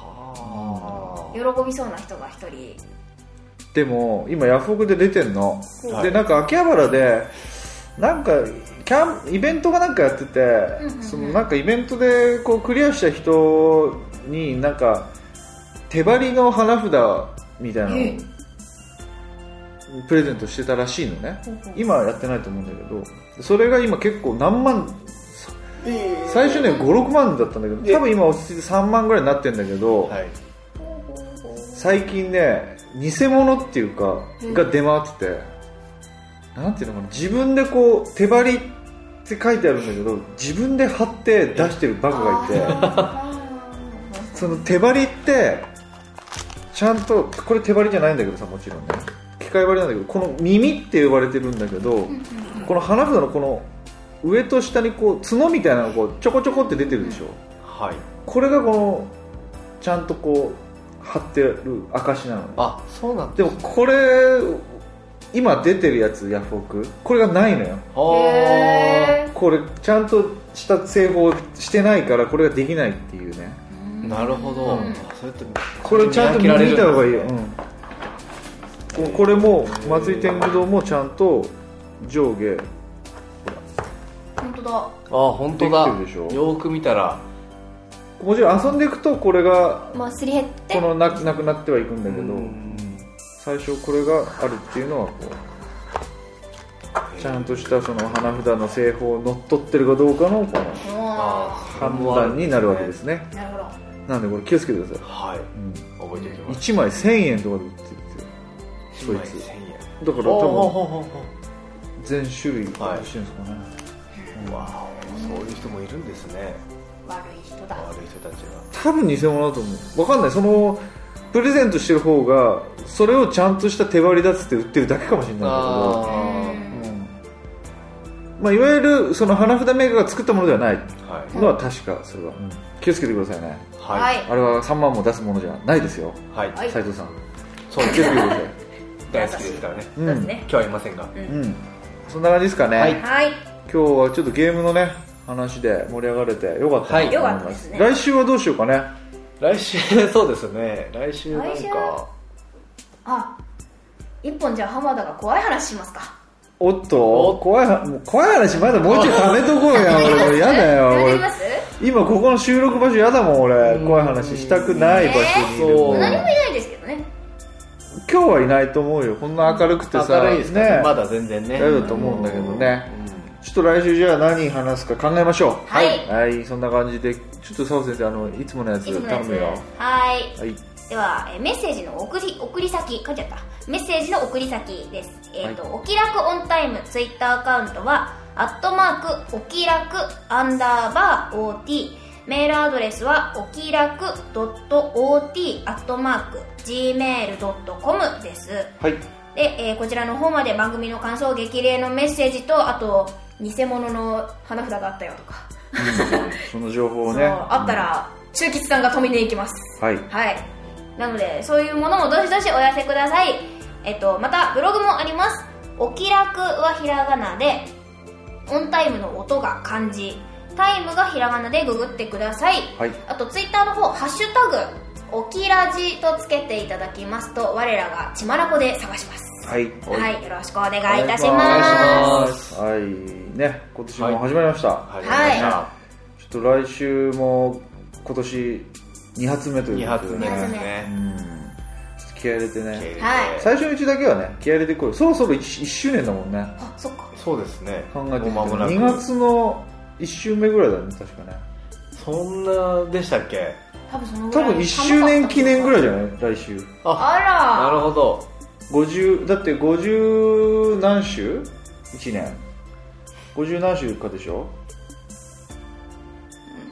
Speaker 4: あー
Speaker 2: 喜びそうな人が一人
Speaker 5: でも今ヤフオクで出てんの、
Speaker 4: はい
Speaker 5: でなんか秋葉原でなんかキャンイベントがなんかやってて、
Speaker 2: うんうん
Speaker 5: そのなんかイベントでこうクリアした人になんか手張りの花札みたい な
Speaker 2: え
Speaker 5: のをプレゼントしてたらしいのね
Speaker 2: ほうほう
Speaker 5: 今はやってないと思うんだけどそれが今結構何万最初ね56万だったんだけ
Speaker 4: え
Speaker 5: ど多分今落ち着いて3万ぐらいになってんだけど、
Speaker 4: はい
Speaker 5: 最近ね偽物っていうか
Speaker 2: うん
Speaker 5: が出回ってて、なんていうのかな自分でこう手張りって書いてあるんだけど自分で貼って出してるバカ がいてその手張りってちゃんとこれ手張りじゃないんだけどさもちろんね機械張りなんだけどこの耳って呼ばれてるんだけど、この花札のこの上と下にこう角みたいなのがこうちょこちょこって出てるでしょ、
Speaker 4: はい
Speaker 5: これがこのちゃんとこう貼ってる証なのね
Speaker 4: あそうなん
Speaker 5: でもこれ今出てるやつヤフオクこれがないのよ
Speaker 4: あ
Speaker 2: へ
Speaker 5: これちゃんとした製法してないからこれができないっていうね
Speaker 4: ーなるほど、
Speaker 2: うん
Speaker 4: それって
Speaker 5: これちゃんと見た
Speaker 4: 見分けられる
Speaker 5: 方がいいよ、
Speaker 4: ん
Speaker 5: う
Speaker 4: ですね
Speaker 5: んここれも松井天狗堂もちゃんと上下
Speaker 2: 本当だ
Speaker 4: あ本当だ
Speaker 5: できてるでしょ
Speaker 4: よーく見たら
Speaker 5: もちろん遊んでいくとこれが
Speaker 2: まあすり減って
Speaker 5: このななくなってはいくんだけ
Speaker 4: う
Speaker 5: ど
Speaker 4: ん
Speaker 5: 最初これがあるっていうのはこうちゃんとしたその花札の製法を乗っ取ってるかどうかのこの
Speaker 2: お
Speaker 5: 判断になるわけですね
Speaker 2: ーなるほど
Speaker 5: なんでこれ気をつけてください、
Speaker 4: はい
Speaker 5: うん、
Speaker 4: 覚えておきます
Speaker 5: 1枚1000円とかで売っててそい
Speaker 4: 一枚
Speaker 5: つ
Speaker 4: 千円
Speaker 5: だか
Speaker 4: ほうほう
Speaker 5: ら多分
Speaker 4: ほうほうほう
Speaker 5: 全種類欲しいんですかね、
Speaker 4: わおそういう人もいるんですね
Speaker 2: 悪い人だ
Speaker 4: 悪い人たちが
Speaker 5: 多分偽物だと思うわかんないそのプレゼントしてる方がそれをちゃんとした手張りだっつって売ってるだけかもしれないんだ
Speaker 2: うん
Speaker 5: けど、うんまあ、いわゆるその花札メーカーが作ったものではない
Speaker 4: はい
Speaker 5: のは確かそれは、うん気をつけてくださいね
Speaker 2: は
Speaker 4: はいい
Speaker 5: あれは3万も出すものじゃないですよ
Speaker 4: はい、
Speaker 2: はい
Speaker 5: 斉藤さん
Speaker 4: そう
Speaker 5: 気をつけてください、
Speaker 4: 大好きですからね
Speaker 2: そ
Speaker 5: うん
Speaker 2: うですね
Speaker 4: 今日はいませんが
Speaker 5: うん、そんな感じですかね、
Speaker 4: はい
Speaker 2: はい
Speaker 5: 今日はちょっとゲームのね話で盛り上がれてよかったなと思い
Speaker 2: はいよかった
Speaker 5: ま,、
Speaker 2: ですすね
Speaker 5: 来週はどうしようかね
Speaker 4: 来週 そうですね来週なん
Speaker 2: 来週
Speaker 4: か
Speaker 2: あ一本じゃあ浜田が怖い話しますか
Speaker 5: おっと
Speaker 4: お
Speaker 5: 怖いはもう怖い話まだもうちょい貯めとこう や俺もう嫌だよ
Speaker 2: やめてみま
Speaker 5: 俺
Speaker 2: す
Speaker 5: 今ここの収録場所嫌だもん俺
Speaker 4: うん
Speaker 5: 怖い話したくない場所にいるもん、
Speaker 4: えーそう
Speaker 2: 何もいないですけどね
Speaker 5: 今日はいないと思うよこんな明るくてさ
Speaker 4: 明るいですかね
Speaker 5: ね
Speaker 4: まだ全然ね
Speaker 5: 大丈夫だと思うんだけどねちょっと来週じゃあ何話すか考えましょう
Speaker 2: はい
Speaker 5: はい、そんな感じでちょっと澤先生あのいつものやつ
Speaker 2: いつもの
Speaker 5: 頼
Speaker 2: やつ
Speaker 5: むよ
Speaker 2: はい
Speaker 5: はい
Speaker 2: では、えーメッセージの送り送り先書いちゃったメッセージの送り先ですえっ、と、お気楽オンタイムツイッターアカウントはアットマークお気楽アンダーバー OT メールアドレスはおきらく .ot.gmail.com です
Speaker 5: はい
Speaker 2: で、えーこちらの方まで番組の感想激励のメッセージとあと偽物の花札があったよとか、
Speaker 5: その情報を
Speaker 2: そう
Speaker 5: ね
Speaker 2: あった、ら中吉さんが止めていきます
Speaker 5: うんはい
Speaker 2: はいなのでそういうものもどしどしお寄せくださいえっとまたブログもありますお気楽はひらがなでオンタイムの音が漢字タイムがひらがなでググってください
Speaker 5: はい
Speaker 2: あとツイッターの方「ハッシュタグおきらじ」とつけていただきますと我らがちまらこで探します
Speaker 5: はい
Speaker 2: はい、よろしくお願いいたし
Speaker 4: お
Speaker 2: ます。
Speaker 4: 願いします
Speaker 5: はいね今年も始まりました、
Speaker 4: はい
Speaker 2: は
Speaker 5: ちょっと来週も今年2発目とい
Speaker 4: 2
Speaker 5: うこ
Speaker 4: 発
Speaker 5: と
Speaker 4: 目
Speaker 5: で
Speaker 4: です
Speaker 5: ね
Speaker 2: 発
Speaker 5: う
Speaker 4: ね
Speaker 5: んちょっと気合い入れてね
Speaker 2: はい
Speaker 5: 最初のうちだけはね気合い入れてこいそろそろ 1, 周年だもんね
Speaker 2: あ、そっか。
Speaker 4: そうですね
Speaker 5: 考えて
Speaker 4: もう間もなく
Speaker 5: 2月の1週目ぐらいだね確かね
Speaker 4: そんなでしたっけ
Speaker 2: 多分そのぐ
Speaker 5: 多
Speaker 2: らい
Speaker 5: 分1周年記念ぐらいじゃない来週
Speaker 4: あな
Speaker 2: あ
Speaker 4: るほど
Speaker 5: 50だって50何週 ?1 年50何週かでしょ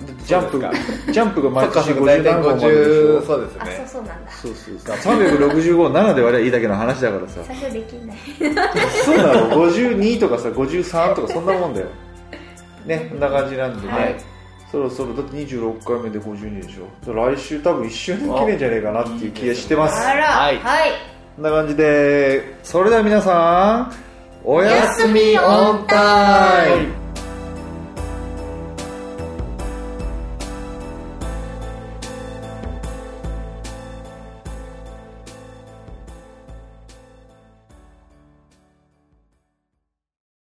Speaker 5: だってジャンプ
Speaker 4: そう
Speaker 5: が
Speaker 4: です
Speaker 5: ジャンプが
Speaker 4: そ
Speaker 5: 毎
Speaker 4: っか
Speaker 5: 年
Speaker 4: そっか大体
Speaker 5: 50何本まででしょ
Speaker 4: 50そうです
Speaker 2: ら。あ、そう
Speaker 4: ね
Speaker 2: そうなんだ。
Speaker 5: そうそうそう365を7で割りゃいいだけの話だからさ
Speaker 2: 最初できない。
Speaker 5: そうだ ろ52とかさ53とかそんなもんだよねこんな感じなんでね、
Speaker 4: はい
Speaker 5: そろそろだって26回目で52でしょ来週多分1周年記念じゃねえかなっていう気がしてます
Speaker 2: あら、
Speaker 4: は
Speaker 2: はいい。
Speaker 5: こんな感じでそれでは皆さんおやすみ
Speaker 2: み
Speaker 5: オンタイム